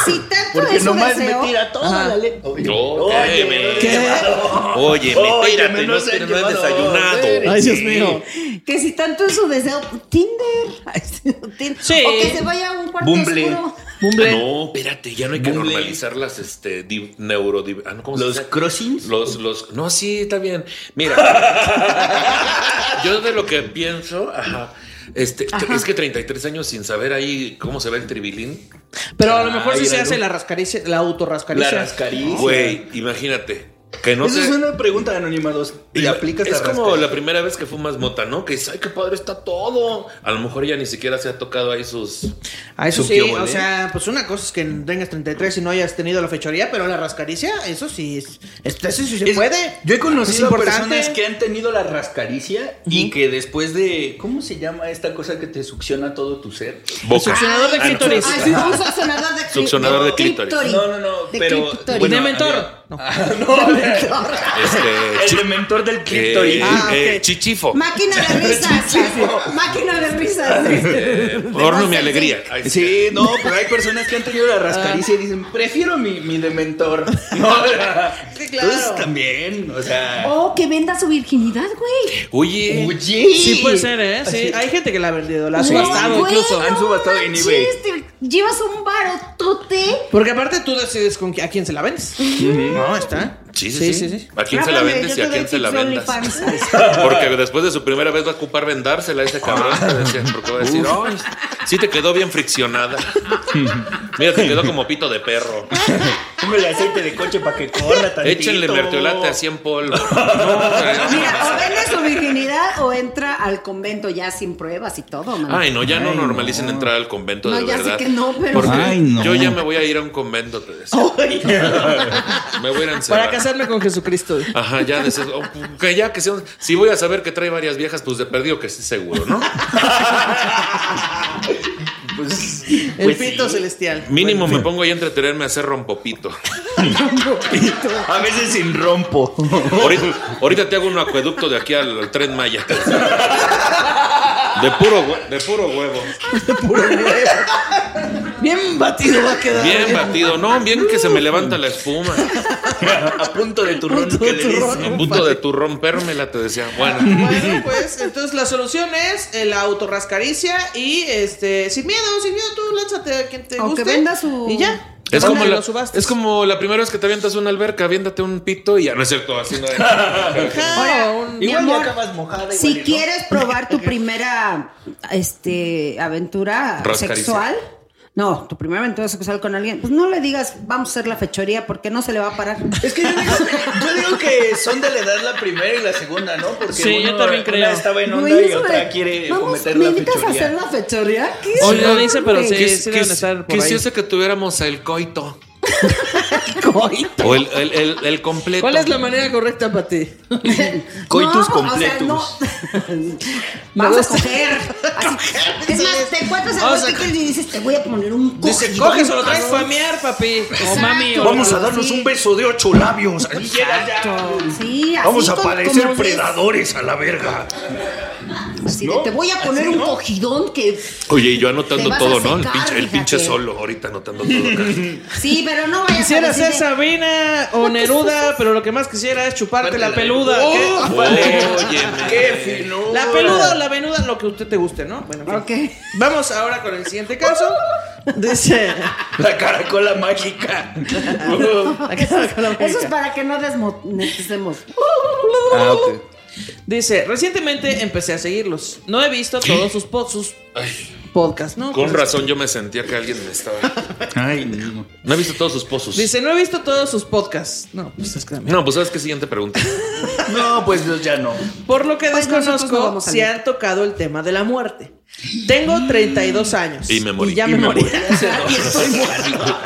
[SPEAKER 6] Si tanto
[SPEAKER 7] Porque
[SPEAKER 6] es su
[SPEAKER 7] nomás
[SPEAKER 6] deseo,
[SPEAKER 7] me tira toda la leche.
[SPEAKER 2] Ok, me- Oye,
[SPEAKER 7] Oye,
[SPEAKER 2] espérate,
[SPEAKER 7] me
[SPEAKER 2] no,
[SPEAKER 7] no se
[SPEAKER 2] te-
[SPEAKER 7] han
[SPEAKER 2] no has
[SPEAKER 7] llevado,
[SPEAKER 2] desayunado.
[SPEAKER 7] güey.
[SPEAKER 3] Ay, Dios mío.
[SPEAKER 6] que si tanto es su deseo, Tinder. Ay, sí, Tinder.
[SPEAKER 3] Sí. Ah,
[SPEAKER 6] O que se vaya a un cuarto
[SPEAKER 7] Bumble.
[SPEAKER 6] oscuro.
[SPEAKER 3] Bumble.
[SPEAKER 2] No, espérate, ya no hay que
[SPEAKER 7] Bumble.
[SPEAKER 2] normalizar las este, di- neurodiv- ah, no, ¿cómo se
[SPEAKER 7] Los
[SPEAKER 2] dice?
[SPEAKER 7] crossings.
[SPEAKER 2] Los, los, no, sí, está bien. Mira, yo de lo que pienso, ajá, este, es que 33 años sin saber ahí cómo se ve el tribilín.
[SPEAKER 3] Pero a lo mejor sí
[SPEAKER 7] Ay,
[SPEAKER 3] se
[SPEAKER 7] la
[SPEAKER 3] hace
[SPEAKER 7] luz.
[SPEAKER 3] la rascaricia, la
[SPEAKER 7] La
[SPEAKER 3] autorrascaricia.
[SPEAKER 7] rascaricia.
[SPEAKER 2] Güey, imagínate. Que no
[SPEAKER 7] Esa
[SPEAKER 2] sé.
[SPEAKER 7] es una pregunta anónima 2. Y
[SPEAKER 2] Y
[SPEAKER 7] aplicas
[SPEAKER 2] es
[SPEAKER 7] la
[SPEAKER 2] como
[SPEAKER 7] rascaricia.
[SPEAKER 2] la primera vez que fumas mota, ¿no? Que dices, ay, qué padre está todo. A lo mejor ya ni siquiera se ha tocado ahí sus.
[SPEAKER 3] Ah, eso
[SPEAKER 7] Su
[SPEAKER 3] sí,
[SPEAKER 7] quiobole.
[SPEAKER 3] o sea, pues una cosa es que tengas 33 y no hayas tenido la fechoría, pero la rascaricia, eso sí, es, es- eso sí se
[SPEAKER 7] Es-
[SPEAKER 3] puede.
[SPEAKER 7] Yo he conocido
[SPEAKER 3] Es
[SPEAKER 7] a
[SPEAKER 3] importante.
[SPEAKER 7] personas que han tenido la rascaricia y que después de. ¿Cómo se llama esta cosa que te succiona todo tu ser?
[SPEAKER 2] Boca.
[SPEAKER 3] Succionador de
[SPEAKER 2] Ah, no.
[SPEAKER 3] clítoris.
[SPEAKER 6] Ay, sí, un succionador de cli-
[SPEAKER 2] Succionador de clítoris.
[SPEAKER 7] No, no, no,
[SPEAKER 6] De
[SPEAKER 7] pero.
[SPEAKER 6] clítoris.
[SPEAKER 3] bueno,
[SPEAKER 6] De
[SPEAKER 3] mentor.
[SPEAKER 7] había-
[SPEAKER 3] No.
[SPEAKER 7] Ah, no,
[SPEAKER 2] Este,
[SPEAKER 7] el
[SPEAKER 2] chi-
[SPEAKER 7] de mentor del
[SPEAKER 2] eh,
[SPEAKER 7] clítoris.
[SPEAKER 3] Ah,
[SPEAKER 2] eh,
[SPEAKER 3] ok.
[SPEAKER 2] Chichifo.
[SPEAKER 6] Máquina de risas. Máquina de risas.
[SPEAKER 2] Horno Eh, mi alegría. Ay,
[SPEAKER 7] Sí, no, pero hay personas que han tenido la rascaricia y dicen, prefiero mi, mi dementor. No,
[SPEAKER 3] Sí, claro.
[SPEAKER 7] Entonces también, o sea.
[SPEAKER 6] Oh, que venda su virginidad, güey.
[SPEAKER 2] Oye.
[SPEAKER 7] Oye.
[SPEAKER 3] Sí puede ser, ¿eh? Sí, hay gente que la ha vendido, la ha
[SPEAKER 6] No,
[SPEAKER 3] subastado
[SPEAKER 6] güey,
[SPEAKER 3] incluso.
[SPEAKER 6] no
[SPEAKER 7] Han subastado en
[SPEAKER 6] manches,
[SPEAKER 7] eBay.
[SPEAKER 6] te- Llevas un barotote.
[SPEAKER 3] Porque aparte tú decides con qui- a quién se la vendes. No, está.
[SPEAKER 2] Sí, sí, sí, ¿A quién se la
[SPEAKER 6] Háblame,
[SPEAKER 2] vendes y
[SPEAKER 6] yo
[SPEAKER 2] a
[SPEAKER 6] te
[SPEAKER 2] quién
[SPEAKER 6] doy
[SPEAKER 2] se la
[SPEAKER 6] tips de
[SPEAKER 2] vendas?
[SPEAKER 6] OnlyFans.
[SPEAKER 2] Porque después de su primera vez va a ocupar vendársela a ese cabrón. te decía, Porque va a decir, ay, sí te quedó bien friccionada. Mira, te quedó como pito de perro.
[SPEAKER 7] Póngale aceite de coche para que corra tantito.
[SPEAKER 2] Échenle mertiolate así en polvo.
[SPEAKER 6] Mira, o vende su virginidad o entra al convento ya sin pruebas y todo, man.
[SPEAKER 2] Ay, no, ya no
[SPEAKER 7] Ay,
[SPEAKER 2] normalicen
[SPEAKER 7] no.
[SPEAKER 2] entrar al convento
[SPEAKER 6] No,
[SPEAKER 2] de
[SPEAKER 6] ya sé
[SPEAKER 2] verdad.
[SPEAKER 6] que no, pero-
[SPEAKER 2] Porque
[SPEAKER 7] Ay, no.
[SPEAKER 2] yo ya me voy a ir a un convento, te decía. me voy a ir a encerrar.
[SPEAKER 3] Para casarme con Jesucristo.
[SPEAKER 2] Ajá, ya de esos- o que ya que sea, un- si voy a saber que trae varias viejas, pues de perdido que sí seguro, ¿no?
[SPEAKER 7] Pues,
[SPEAKER 3] El
[SPEAKER 7] pues
[SPEAKER 3] pito
[SPEAKER 7] sí.
[SPEAKER 3] celestial.
[SPEAKER 2] Mínimo me pongo ahí a entretenerme a hacer rompopito.
[SPEAKER 7] A veces sin rompo.
[SPEAKER 2] Ahorita, ahorita te hago un acueducto de aquí al, al tren Maya. De puro, hue- de puro huevo.
[SPEAKER 3] Bien batido va a quedar.
[SPEAKER 2] Bien batido, no, bien que se me levanta la espuma.
[SPEAKER 7] A punto de turrón
[SPEAKER 3] Punto
[SPEAKER 7] que
[SPEAKER 3] de
[SPEAKER 7] le dicen.
[SPEAKER 3] turrón.
[SPEAKER 2] En punto de tu rompérmela, te decía. Bueno,
[SPEAKER 3] Bueno, pues entonces la solución es eh, la autorrascaricia y este sin miedo, sin miedo, tú lánzate a quien te
[SPEAKER 6] O
[SPEAKER 3] guste.
[SPEAKER 6] que venda su-
[SPEAKER 3] Y ya.
[SPEAKER 2] es como,
[SPEAKER 3] Ándale,
[SPEAKER 2] la,
[SPEAKER 3] lo subastas.
[SPEAKER 2] es como la primera vez que te avientas una alberca, aviéntate un pito y ya no es cierto, así no es.
[SPEAKER 3] Ajá,
[SPEAKER 6] Ahora,
[SPEAKER 3] un-
[SPEAKER 6] Mi
[SPEAKER 7] Igual ya
[SPEAKER 6] amor,
[SPEAKER 7] acabas mojada.
[SPEAKER 6] Si
[SPEAKER 7] igual y no.
[SPEAKER 6] quieres probar tu primera este, aventura
[SPEAKER 2] Rascaricia.
[SPEAKER 6] sexual, no, tu primera aventura sexual con alguien, pues no le digas, vamos a hacer la fechoría porque no se le va a parar.
[SPEAKER 7] Es que yo digo, yo digo que son de la edad la primera y la segunda, ¿no? Porque
[SPEAKER 3] Sí, yo
[SPEAKER 7] una-
[SPEAKER 3] también
[SPEAKER 7] una
[SPEAKER 3] creo.
[SPEAKER 7] estaba en onda
[SPEAKER 6] Güey,
[SPEAKER 7] y
[SPEAKER 6] eso
[SPEAKER 7] otra
[SPEAKER 6] de-
[SPEAKER 7] quiere
[SPEAKER 6] vamos,
[SPEAKER 7] cometer
[SPEAKER 6] ¿me
[SPEAKER 7] la
[SPEAKER 6] invitas a hacer
[SPEAKER 7] fechoría.
[SPEAKER 6] la fechoría? ¿Qué
[SPEAKER 3] O
[SPEAKER 6] es?
[SPEAKER 3] no dice, pero sí,
[SPEAKER 2] Quis-
[SPEAKER 3] sí deben
[SPEAKER 2] quis-
[SPEAKER 3] estar por ahí.
[SPEAKER 2] Quisiese que tuviéramos el coito.
[SPEAKER 5] coito.
[SPEAKER 2] O el, el- el- el completo.
[SPEAKER 3] ¿Cuál es la manera correcta para ti?
[SPEAKER 2] Coitus
[SPEAKER 6] No, o sea,
[SPEAKER 2] completus.
[SPEAKER 6] no.
[SPEAKER 5] Vamos a
[SPEAKER 3] gusta-
[SPEAKER 5] coger. Así. Es más, te encuentras al
[SPEAKER 3] Vamos a-
[SPEAKER 5] güey que quieres y dices, te voy a poner un coche.
[SPEAKER 3] Dice, coges o lo traes para mear, papi. O mami. O
[SPEAKER 4] Vamos a darnos un beso de ocho labios. Ahí llega ya.
[SPEAKER 5] Sí, así
[SPEAKER 4] Vamos a
[SPEAKER 5] como-
[SPEAKER 4] parecer
[SPEAKER 5] como ves.
[SPEAKER 4] predadores a la verga.
[SPEAKER 5] Así de, te voy
[SPEAKER 3] ¿Ah,
[SPEAKER 5] a poner un cogidón que.
[SPEAKER 2] Oye, y yo
[SPEAKER 5] Te
[SPEAKER 2] anotando
[SPEAKER 5] vas
[SPEAKER 2] todo,
[SPEAKER 5] a
[SPEAKER 2] ¿no? El
[SPEAKER 5] secar,
[SPEAKER 2] pinche, el
[SPEAKER 5] fíjate.
[SPEAKER 2] pinche solo, ahorita anotando todo. acá.
[SPEAKER 5] Sí, pero no vayas a
[SPEAKER 3] Quisiera ser
[SPEAKER 5] decirle-
[SPEAKER 3] Sabina o Neruda, pero lo que más quisiera es chuparte la peluda. ¿Qué?
[SPEAKER 2] Óyeme.
[SPEAKER 3] La peluda o la venuda, lo que usted te guste, ¿no? Bueno, en fin. Vamos ahora con el siguiente caso. Dice.
[SPEAKER 4] La caracola mágica.
[SPEAKER 6] Eso es para que no desmoneticemos.
[SPEAKER 7] Ah, ok.
[SPEAKER 3] Dice, recientemente empecé a seguirlos. No he visto todos sus, po- sus podcasts, ¿no?
[SPEAKER 2] Con
[SPEAKER 3] Pues,
[SPEAKER 2] razón yo me sentía que alguien me estaba.
[SPEAKER 4] Ay, no.
[SPEAKER 2] No he visto todos sus pozos.
[SPEAKER 3] Dice, no he visto todos sus podcasts. No, pues es que también.
[SPEAKER 2] No, pues sabes qué siguiente pregunta.
[SPEAKER 4] No, pues no, ya no.
[SPEAKER 3] Por lo que
[SPEAKER 6] Pues nosotros no
[SPEAKER 3] desconozco
[SPEAKER 6] vamos a
[SPEAKER 3] si
[SPEAKER 6] leer.
[SPEAKER 3] han tocado el tema de la muerte. Tengo 32 años.
[SPEAKER 2] Y me morí,
[SPEAKER 3] ya
[SPEAKER 2] y
[SPEAKER 3] me,
[SPEAKER 2] me
[SPEAKER 3] morí.
[SPEAKER 2] morí.
[SPEAKER 3] Y estoy muerto.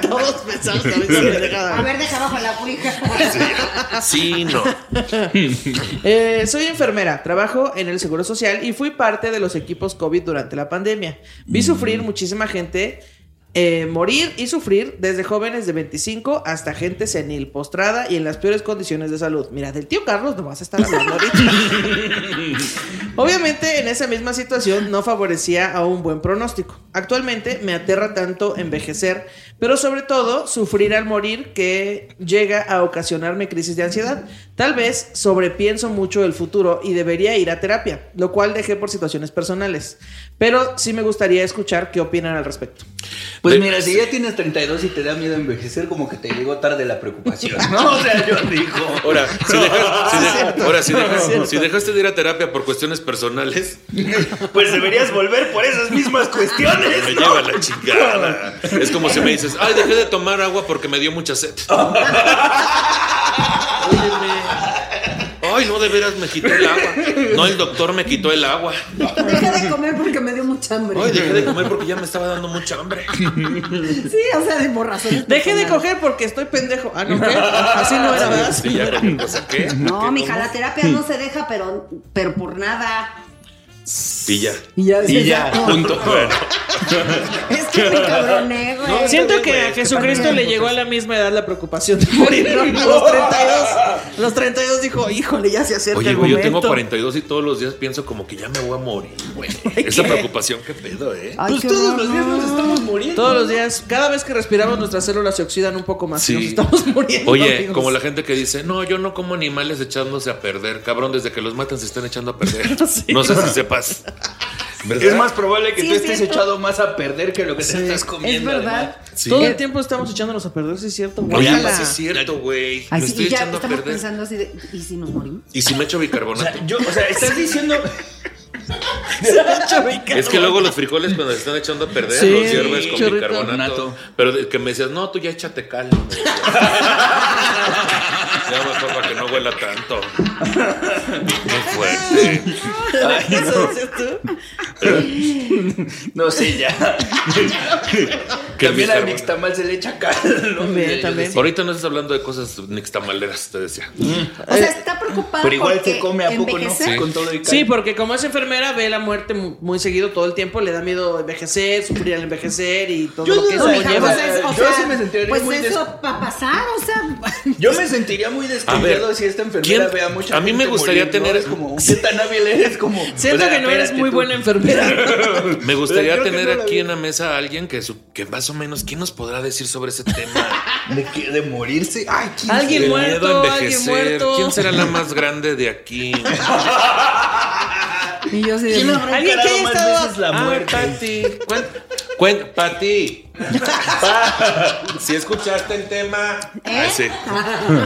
[SPEAKER 3] Todos pensamos que había sido
[SPEAKER 6] A
[SPEAKER 3] dejada.
[SPEAKER 6] ver, deja abajo la ouija.
[SPEAKER 2] Sí, no.
[SPEAKER 3] Eh, soy enfermera, trabajo en el Seguro Social y fui parte de los equipos COVID durante la pandemia.
[SPEAKER 2] Mm.
[SPEAKER 3] Vi sufrir muchísima gente, eh, morir y sufrir desde jóvenes de 25 hasta gente senil, postrada y en las peores condiciones de salud. Mira, del tío Carlos no vas a estar hablando ahorita. Obviamente en esa misma situación no favorecía a un buen pronóstico. Actualmente me aterra tanto envejecer, pero sobre todo sufrir al morir que llega a ocasionarme crisis de ansiedad. Tal vez sobrepienso mucho el futuro y debería ir a terapia, lo cual dejé por situaciones personales. Pero sí me gustaría escuchar qué opinan al respecto.
[SPEAKER 7] Pues
[SPEAKER 2] De-
[SPEAKER 7] mira, si ya tienes 32 y te da miedo envejecer, como que te llegó tarde la preocupación, ¿no? O sea, yo digo.
[SPEAKER 2] Ahora, si dejas, si dejas- ahora, si dejas- si dejaste de ir a terapia por cuestiones personales,
[SPEAKER 4] Pues deberías volver por esas mismas
[SPEAKER 2] me
[SPEAKER 4] cuestiones.
[SPEAKER 2] lleva la chingada. Es como si me dices, ay, dejé de tomar agua porque me dio mucha sed. Óyeme. Ay, no, de veras me quitó el agua. No, el doctor me quitó el agua.
[SPEAKER 6] Deja de comer porque me dio mucha hambre.
[SPEAKER 2] Ay, dejé de comer porque ya me estaba dando mucha hambre.
[SPEAKER 6] Sí, o sea, de por razones
[SPEAKER 3] Dejé de
[SPEAKER 6] personales.
[SPEAKER 3] coger porque estoy pendejo. Ah, no, ¿qué? Así no era, ¿verdad?
[SPEAKER 2] Sí, ya, cualquier cosa, ¿qué?
[SPEAKER 6] No, mija, la terapia
[SPEAKER 7] Hmm.
[SPEAKER 6] no se deja, pero, pero por nada.
[SPEAKER 2] Y ya.
[SPEAKER 6] Y ya,
[SPEAKER 4] Y ya, punto.
[SPEAKER 6] Es que me cabroné, güey.
[SPEAKER 3] Siento que a Jesucristo le llegó a la misma edad la preocupación de morir. ¿no? A los 32. A los 32 dijo, híjole, ya se acerca
[SPEAKER 2] Oye,
[SPEAKER 3] el
[SPEAKER 2] güey, yo
[SPEAKER 3] momento.
[SPEAKER 2] tengo 42 y todos los días pienso como que ya me voy a morir, güey. Esa preocupación, qué pedo, ¿eh?
[SPEAKER 6] Ay,
[SPEAKER 7] Pues
[SPEAKER 6] qué
[SPEAKER 7] todos
[SPEAKER 6] horror,
[SPEAKER 7] los días
[SPEAKER 6] no.
[SPEAKER 7] nos estamos muriendo.
[SPEAKER 3] Todos los días, cada vez que respiramos, nuestras células se oxidan un poco más.
[SPEAKER 2] Sí.
[SPEAKER 3] y Nos estamos muriendo.
[SPEAKER 2] Oye,
[SPEAKER 3] amigos.
[SPEAKER 2] como la gente que dice, no, yo no como animales echándose a perder. Cabrón, desde que los matan se están echando a perder. No sé si sepas. ¿Verdad?
[SPEAKER 7] Es más probable que
[SPEAKER 6] Sí,
[SPEAKER 7] tú
[SPEAKER 6] es
[SPEAKER 7] estés
[SPEAKER 6] cierto.
[SPEAKER 7] echado más a perder que lo que te estás
[SPEAKER 6] Es
[SPEAKER 7] comiendo.
[SPEAKER 6] verdad.
[SPEAKER 2] Sí.
[SPEAKER 3] Todo el tiempo estamos echándonos a perder, ¿sí es cierto?
[SPEAKER 2] Oye, pues
[SPEAKER 3] Guácala.
[SPEAKER 2] sí es cierto, güey. Me
[SPEAKER 6] Así,
[SPEAKER 2] estoy
[SPEAKER 6] y ya
[SPEAKER 2] echando a
[SPEAKER 6] estamos
[SPEAKER 2] perder.
[SPEAKER 6] pensando así de, ¿y si nos morimos?
[SPEAKER 2] Y si me echo
[SPEAKER 7] O
[SPEAKER 2] bicarbonato.
[SPEAKER 7] sea, yo, o sea, estás diciendo.
[SPEAKER 2] Es que luego los frijoles cuando se están echando a perder
[SPEAKER 3] Sí,
[SPEAKER 2] los hierves con
[SPEAKER 3] chorrito.
[SPEAKER 2] bicarbonato.
[SPEAKER 7] Bicarbonato.
[SPEAKER 2] Pero de- que me decías, no, tú ya échate cal. ya mejor para que no huela tanto. Qué fuerte.
[SPEAKER 3] ¿Eso dices tú?
[SPEAKER 7] No sé, ya.
[SPEAKER 2] Que
[SPEAKER 7] También al
[SPEAKER 2] bicarbonato.
[SPEAKER 7] nixtamal se le echa cal. ¿no?
[SPEAKER 3] También,
[SPEAKER 7] Yo- yo
[SPEAKER 3] también.
[SPEAKER 7] decía,
[SPEAKER 2] Ahorita no estás hablando de cosas nixtamaleras, te decía.
[SPEAKER 6] O sea, está preocupada
[SPEAKER 7] Pero igual
[SPEAKER 6] porque
[SPEAKER 7] que come, ¿a poco no?
[SPEAKER 6] envejecer-
[SPEAKER 7] Con todo y cal.
[SPEAKER 3] Sí, porque como es enfermera, ve la muerte mu- muy seguido todo el tiempo, le da miedo envejecer, sufrir al envejecer y todo
[SPEAKER 7] Yo
[SPEAKER 3] lo que
[SPEAKER 7] no
[SPEAKER 3] eso
[SPEAKER 6] No,
[SPEAKER 7] me
[SPEAKER 6] mija,
[SPEAKER 7] lleva.
[SPEAKER 3] conlleva.
[SPEAKER 6] pues es- o
[SPEAKER 7] Yo
[SPEAKER 6] sea,
[SPEAKER 7] sí me sentiría
[SPEAKER 6] Pues
[SPEAKER 7] muy des-
[SPEAKER 6] eso va a pasar, o sea.
[SPEAKER 7] Yo me sentiría muy desconfiado si esta enfermera
[SPEAKER 2] ¿Quién?
[SPEAKER 7] vea mucha
[SPEAKER 2] A mí me
[SPEAKER 7] gente
[SPEAKER 2] gustaría
[SPEAKER 7] morir, ¿no?
[SPEAKER 2] tener-
[SPEAKER 7] Es como, ¿qué tan hábil eres? Como,
[SPEAKER 3] Siento
[SPEAKER 7] o sea,
[SPEAKER 3] que no eres
[SPEAKER 7] espérate
[SPEAKER 3] muy
[SPEAKER 7] tú.
[SPEAKER 3] buena enfermera.
[SPEAKER 2] Me gustaría
[SPEAKER 7] Pero creo que
[SPEAKER 2] tener
[SPEAKER 7] no la
[SPEAKER 2] aquí
[SPEAKER 7] vi.
[SPEAKER 2] en la mesa a alguien que, su- que más o menos, ¿quién nos podrá decir sobre ese tema?
[SPEAKER 7] ¿De qué? ¿De morirse? Ay, ¿quién
[SPEAKER 3] Alguien
[SPEAKER 2] El
[SPEAKER 3] muerto,
[SPEAKER 2] miedo a
[SPEAKER 3] alguien muerto.
[SPEAKER 2] ¿Quién será la más grande de aquí?
[SPEAKER 6] Y yo sí.
[SPEAKER 7] ¿Quién habrá
[SPEAKER 3] Alguien que
[SPEAKER 7] encarado
[SPEAKER 3] haya
[SPEAKER 7] más
[SPEAKER 3] estado.
[SPEAKER 7] veces la
[SPEAKER 3] Ah,
[SPEAKER 7] muerte?
[SPEAKER 3] Pati. Cuen-
[SPEAKER 2] Cuen, Pati. si escuchaste el tema. Ah, sí.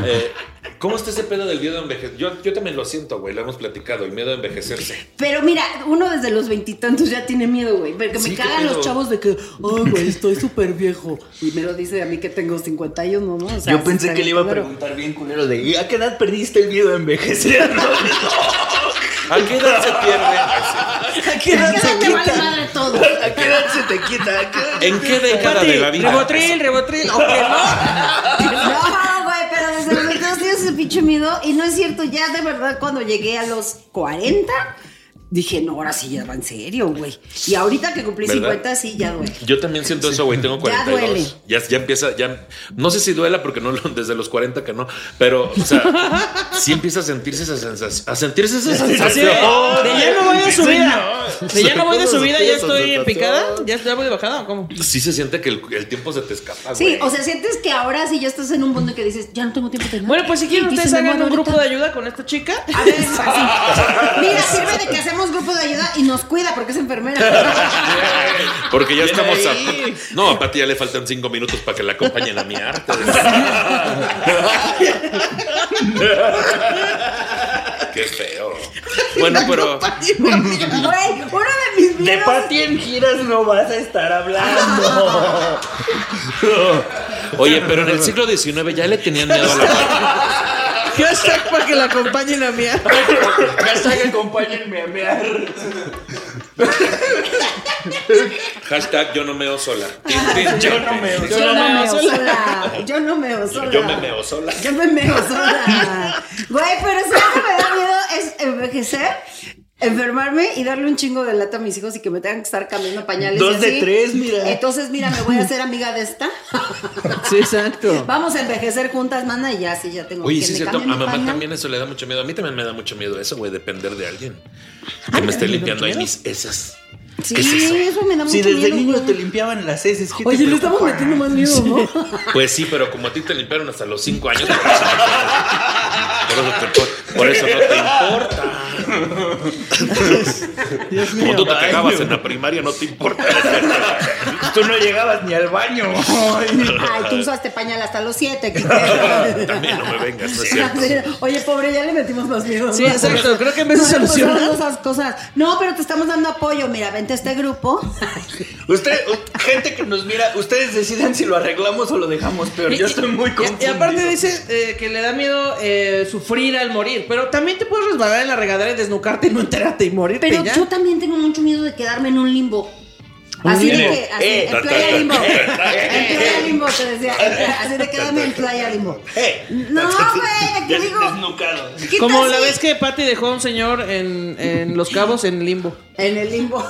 [SPEAKER 2] Eh, ¿Cómo está ese pedo del miedo a envejecer? Yo, yo también lo siento, güey. Lo hemos platicado, el miedo a envejecerse.
[SPEAKER 6] Pero mira, uno desde los veintitantos ya tiene miedo, güey. Porque
[SPEAKER 2] Sí,
[SPEAKER 6] me
[SPEAKER 2] qué
[SPEAKER 6] cagan
[SPEAKER 2] pedo.
[SPEAKER 6] los chavos de que, ay, güey, estoy súper viejo. Y me lo dice a mí que tengo 51, ¿no? O sea,
[SPEAKER 7] Yo pensé
[SPEAKER 6] está
[SPEAKER 7] que le
[SPEAKER 6] bien
[SPEAKER 7] iba a
[SPEAKER 6] culero.
[SPEAKER 7] preguntar bien culero de ¿y a qué edad perdiste el miedo a envejecer? No,
[SPEAKER 2] ¿A qué edad se pierde?
[SPEAKER 3] ¿A qué edad
[SPEAKER 5] ¿Qué
[SPEAKER 3] se
[SPEAKER 5] no te vale
[SPEAKER 3] quita?
[SPEAKER 5] madre todo?
[SPEAKER 7] ¿A qué edad se te quita? ¿A qué edad?
[SPEAKER 2] ¿En qué década
[SPEAKER 3] Pati,
[SPEAKER 2] de la vida?
[SPEAKER 3] Rebotril, rebotril, o que no.
[SPEAKER 5] No, güey, pero desde los dos días ese pinche miedo. Y no es cierto, ya de verdad cuando llegué a los 40, dije, no, ahora sí ya va en serio, güey. Y ahorita que cumplí
[SPEAKER 2] ¿Verdad?
[SPEAKER 5] 50, sí, ya, güey.
[SPEAKER 2] Yo también siento eso, güey. Tengo
[SPEAKER 5] Ya
[SPEAKER 2] 42. Ya, ya empieza, ya. No sé si duela porque no lo- desde los 40 que no, pero, o sea, sí empieza a sentirse esa sensación. A sentirse esa
[SPEAKER 3] Así de,
[SPEAKER 2] sensación.
[SPEAKER 3] de ya no voy a subida. De ya no voy de
[SPEAKER 7] Todos
[SPEAKER 3] subida, ya
[SPEAKER 7] días
[SPEAKER 3] estoy en
[SPEAKER 7] sensación.
[SPEAKER 3] picada. ¿Ya ya voy de bajada o cómo?
[SPEAKER 2] Sí se siente que el, el tiempo se te escapa,
[SPEAKER 5] Sí,
[SPEAKER 2] güey.
[SPEAKER 5] o sea, sientes que ahora sí ya estás en un mundo que dices, ya no tengo tiempo de nada.
[SPEAKER 3] Bueno, pues si quieren
[SPEAKER 5] Y
[SPEAKER 3] ustedes
[SPEAKER 5] se me
[SPEAKER 3] hagan
[SPEAKER 5] muero
[SPEAKER 3] un grupo de
[SPEAKER 5] ahorita.
[SPEAKER 3] ayuda con esta chica.
[SPEAKER 5] A ver, así. Mira, sirve de que hacemos grupo de ayuda y nos cuida porque es enfermera.
[SPEAKER 2] Porque ya
[SPEAKER 7] Viene
[SPEAKER 2] estamos a.
[SPEAKER 7] ahí.
[SPEAKER 2] No, a Pati ya le faltan cinco minutos para que la acompañen a mi arte. Qué feo. Bueno, pero.
[SPEAKER 5] Güey, uno de mis
[SPEAKER 7] De
[SPEAKER 5] miedos.
[SPEAKER 7] Pati en giras no vas a estar hablando.
[SPEAKER 2] Oye, pero en el siglo XIX ya le tenían miedo a la Pati.
[SPEAKER 3] Hashtag para que la acompañen a mí.
[SPEAKER 7] Hashtag acompáñenme a mear.
[SPEAKER 2] Hashtag yo no meo sola. Tin, tin,
[SPEAKER 7] Yo no meo
[SPEAKER 5] Yo no me meo sola. Yo no me meo sola.
[SPEAKER 2] Yo me meo sola.
[SPEAKER 5] Yo me meo sola. Güey, pero ¿sabes lo que me da miedo? Es envejecer, enfermarme y darle un chingo de lata a mis hijos y que me tengan que estar cambiando pañales.
[SPEAKER 7] Dos
[SPEAKER 5] y
[SPEAKER 7] de
[SPEAKER 5] así.
[SPEAKER 7] tres, mira.
[SPEAKER 5] Entonces, mira, me voy a hacer amiga de esta.
[SPEAKER 3] Sí, exacto.
[SPEAKER 5] Vamos a envejecer juntas, mana, y ya, sí, ya tengo
[SPEAKER 2] Oye,
[SPEAKER 5] quien
[SPEAKER 2] sí es
[SPEAKER 5] me
[SPEAKER 2] cierto. A
[SPEAKER 5] cambie mi
[SPEAKER 2] mamá
[SPEAKER 5] pañal.
[SPEAKER 2] también eso le da mucho miedo. A mí también me da mucho miedo eso, güey, depender de alguien. Que me esté limpiando ahí mis esas.
[SPEAKER 5] Sí,
[SPEAKER 2] ¿Qué es
[SPEAKER 5] eso?
[SPEAKER 2] eso?
[SPEAKER 5] me da mucho
[SPEAKER 7] Si desde
[SPEAKER 5] miedo.
[SPEAKER 7] niño
[SPEAKER 5] güey.
[SPEAKER 7] te limpiaban las heces, ¿qué te
[SPEAKER 5] Oye, le
[SPEAKER 7] preocupa?
[SPEAKER 5] estamos metiendo más miedo, ¿no?
[SPEAKER 2] Pues sí, pero como a ti te limpiaron hasta los cinco años. Por eso, no te- por- por eso no te importa.
[SPEAKER 3] Dios mío.
[SPEAKER 2] Cuando te cagabas en la primaria no te importa.
[SPEAKER 7] Tú no llegabas ni al baño.
[SPEAKER 5] Ay, tú usaste pañal hasta los siete. que-
[SPEAKER 2] También no me vengas, no es cierto.
[SPEAKER 5] Oye, pobre, ya le metimos más miedo.
[SPEAKER 3] Sí,
[SPEAKER 5] ¿no?
[SPEAKER 3] exacto. Creo que en vez de
[SPEAKER 5] Nos han pasado
[SPEAKER 3] solucionar.
[SPEAKER 5] esas cosas. No, pero te estamos dando apoyo. Mira, vente a este grupo.
[SPEAKER 7] Usted, gente que nos mira, ustedes decidan si lo arreglamos o lo dejamos peor. Yo estoy muy
[SPEAKER 3] Y, y
[SPEAKER 7] confundido.
[SPEAKER 3] aparte dice eh, que le da miedo eh, sufrir al morir, pero también te puedes resbalar en la regadera y desnucarte y no enterarte y morirte
[SPEAKER 5] Pero
[SPEAKER 3] ya.
[SPEAKER 5] yo también tengo mucho miedo de quedarme en un limbo.
[SPEAKER 3] Un
[SPEAKER 5] Así de
[SPEAKER 3] limbo.
[SPEAKER 5] que, así,
[SPEAKER 7] Eh,
[SPEAKER 5] en
[SPEAKER 2] ta, ta,
[SPEAKER 5] playa
[SPEAKER 2] ta,
[SPEAKER 5] limbo.
[SPEAKER 2] ta, ta,
[SPEAKER 5] En playa limbo, te decía. Así de quedarme en playa limbo. No, güey, te digo.
[SPEAKER 7] "Eh, Desnucado.
[SPEAKER 5] ¿qué tal
[SPEAKER 3] Como la
[SPEAKER 5] si-
[SPEAKER 3] vez que Patty dejó a un señor en, en Los Cabos en limbo.
[SPEAKER 7] Eh,
[SPEAKER 5] En el limbo.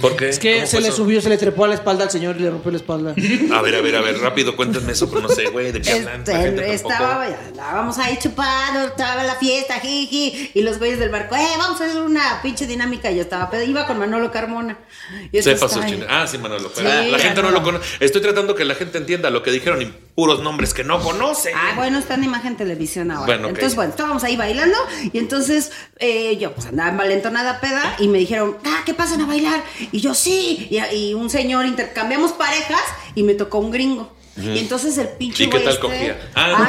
[SPEAKER 2] ¿Por qué?
[SPEAKER 3] Es que
[SPEAKER 2] ¿Cómo
[SPEAKER 3] se
[SPEAKER 2] fue
[SPEAKER 3] le
[SPEAKER 2] eso?
[SPEAKER 3] subió, se le trepó a la espalda al señor y le rompió la espalda.
[SPEAKER 2] A ver, a ver, a ver, rápido, cuéntame eso, pero no sé, güey, de qué hablan. La gente
[SPEAKER 5] Este,
[SPEAKER 2] tampoco-
[SPEAKER 5] estaba, estábamos ahí chupando, estaba la fiesta, jiji, y los güeyes del barco, eh, vamos a hacer una pinche dinámica. Y yo estaba, pedo, iba con Manolo Carmona. Y
[SPEAKER 2] Se
[SPEAKER 5] este
[SPEAKER 2] pasó
[SPEAKER 5] está ahí.
[SPEAKER 2] chinga. Ah, sí, Manolo. pero
[SPEAKER 5] Sí,
[SPEAKER 2] la gente no
[SPEAKER 5] Manolo.
[SPEAKER 2] lo conoce. Estoy tratando que la gente entienda lo que dijeron y puros nombres que no conocen.
[SPEAKER 5] Ah, bueno, está en imagen televisión ahora.
[SPEAKER 2] Eh, Bueno, ok.
[SPEAKER 5] Entonces, bueno, estábamos ahí bailando y entonces eh, yo pues andaba envalentonada peda y me dijeron, ah, ¿qué pasan a bailar? Y yo sí, y, y un señor, intercambiamos parejas y me tocó un gringo. Y entonces el pinche
[SPEAKER 2] ¿Y qué
[SPEAKER 5] güey
[SPEAKER 2] tal
[SPEAKER 5] este-
[SPEAKER 2] cogía? Ah.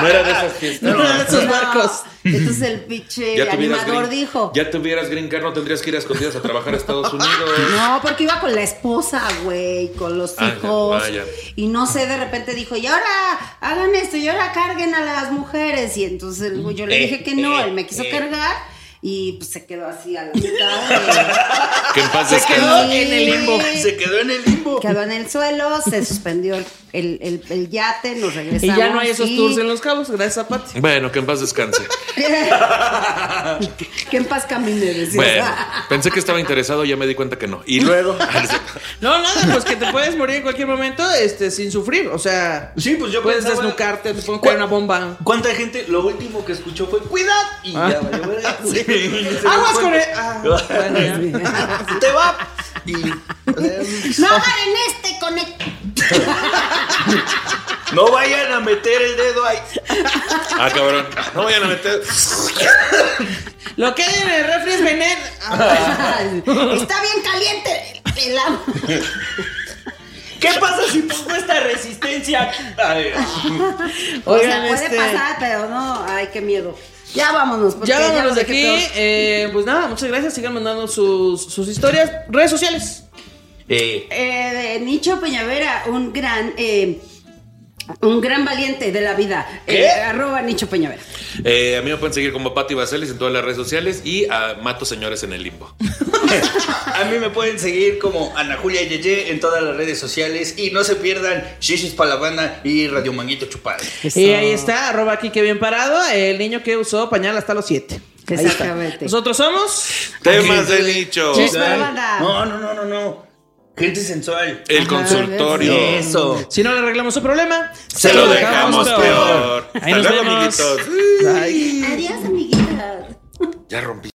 [SPEAKER 5] no.
[SPEAKER 2] No era de esas fiestas.
[SPEAKER 3] No, de esos barcos.
[SPEAKER 5] Entonces el pinche
[SPEAKER 2] Ya tuvieras
[SPEAKER 5] animador
[SPEAKER 2] green-
[SPEAKER 5] dijo.
[SPEAKER 2] Ya tuvieras Green Card, no tendrías que ir a escondidas a trabajar a Estados Unidos.
[SPEAKER 5] No, porque iba con la esposa, güey, con los
[SPEAKER 2] Ah, ya,
[SPEAKER 5] hijos.
[SPEAKER 2] vaya.
[SPEAKER 5] Y no sé, de repente dijo, y ahora hagan esto, y ahora carguen a las mujeres. Y entonces el güey, yo le
[SPEAKER 7] Eh,
[SPEAKER 5] dije que no,
[SPEAKER 7] eh,
[SPEAKER 5] él me quiso
[SPEAKER 7] eh.
[SPEAKER 5] cargar y pues se quedó así a la mitad.
[SPEAKER 2] Que en paz
[SPEAKER 7] Se quedó
[SPEAKER 2] descanse.
[SPEAKER 5] Sí.
[SPEAKER 7] en el limbo. Se quedó en el limbo.
[SPEAKER 5] y Quedó en el suelo, se suspendió el, el- el- el yate, nos
[SPEAKER 3] Y
[SPEAKER 5] regresamos.
[SPEAKER 3] ya no hay esos
[SPEAKER 5] y-
[SPEAKER 3] tours en Los Cabos, gracias a Patty.
[SPEAKER 2] Bueno, que en paz descanse.
[SPEAKER 5] que en paz camine, decía.
[SPEAKER 2] Bueno, pensé que estaba interesado, ya me di cuenta que no. Y luego.
[SPEAKER 3] No, nada, pues que te puedes morir en cualquier momento este, sin sufrir. O sea,
[SPEAKER 7] Sí, pues yo
[SPEAKER 3] puedes
[SPEAKER 7] pensaba-
[SPEAKER 3] desnucarte, te pueden caer una bomba.
[SPEAKER 7] ¿Cuánta gente lo último que escuchó fue cuidado? Y ya, valió verga. Se dio
[SPEAKER 3] Ah. Aguas con él.
[SPEAKER 7] cuenta.
[SPEAKER 3] Ah, bueno, ya.
[SPEAKER 7] Te va. Y. o sea,
[SPEAKER 5] No hagan en este conect.
[SPEAKER 7] no vayan a meter el dedo ahí.
[SPEAKER 2] Ah, cabrón. No vayan a meter.
[SPEAKER 3] Lo que hay en el refri es veneno. Ah,
[SPEAKER 5] Está bien caliente el agua.
[SPEAKER 7] ¿Qué pasa si pongo esta resistencia? Ay, ah.
[SPEAKER 5] O sea,
[SPEAKER 3] Oigan,
[SPEAKER 5] puede
[SPEAKER 3] este-
[SPEAKER 5] pasar, pero no, ay, qué miedo. Ya vámonos. porque
[SPEAKER 3] Ya vámonos
[SPEAKER 5] no sé
[SPEAKER 3] de
[SPEAKER 5] qué
[SPEAKER 3] aquí.
[SPEAKER 5] peor.
[SPEAKER 3] Eh, pues nada, muchas gracias. Sigan mandando sus, sus historias. Redes sociales.
[SPEAKER 7] Eh,
[SPEAKER 5] Eh, de Nicho Peñavera, un gran eh,
[SPEAKER 6] Un gran valiente de la vida.
[SPEAKER 4] ¿Qué?
[SPEAKER 6] Eh, arroba Nicho Peñavera.
[SPEAKER 2] Eh, a mí me pueden seguir como Pati Baselis en todas las redes sociales y a Mato Señores en el Limbo.
[SPEAKER 7] A mí me pueden seguir como Ana Julia Yeye en todas las redes sociales y no se pierdan Shishis para la banda y Radio Manguito Chupado.
[SPEAKER 3] Y ahí está, arroba aquí que bien parado, el niño que usó pañal hasta los 7.
[SPEAKER 6] Exactamente.
[SPEAKER 3] Nosotros somos.
[SPEAKER 2] Temas de nicho.
[SPEAKER 6] Sí. Chispa la banda.
[SPEAKER 7] No, no, no, no, no. Gente sensual.
[SPEAKER 2] El consultorio.
[SPEAKER 7] Eso.
[SPEAKER 3] Si no le arreglamos su problema,
[SPEAKER 2] Se lo dejamos peor.
[SPEAKER 3] Ahí
[SPEAKER 2] Hasta
[SPEAKER 3] nos
[SPEAKER 2] luego,
[SPEAKER 3] vemos.
[SPEAKER 2] amiguitos.
[SPEAKER 3] Bye.
[SPEAKER 6] Adiós, amiguitas.
[SPEAKER 2] Ya rompí.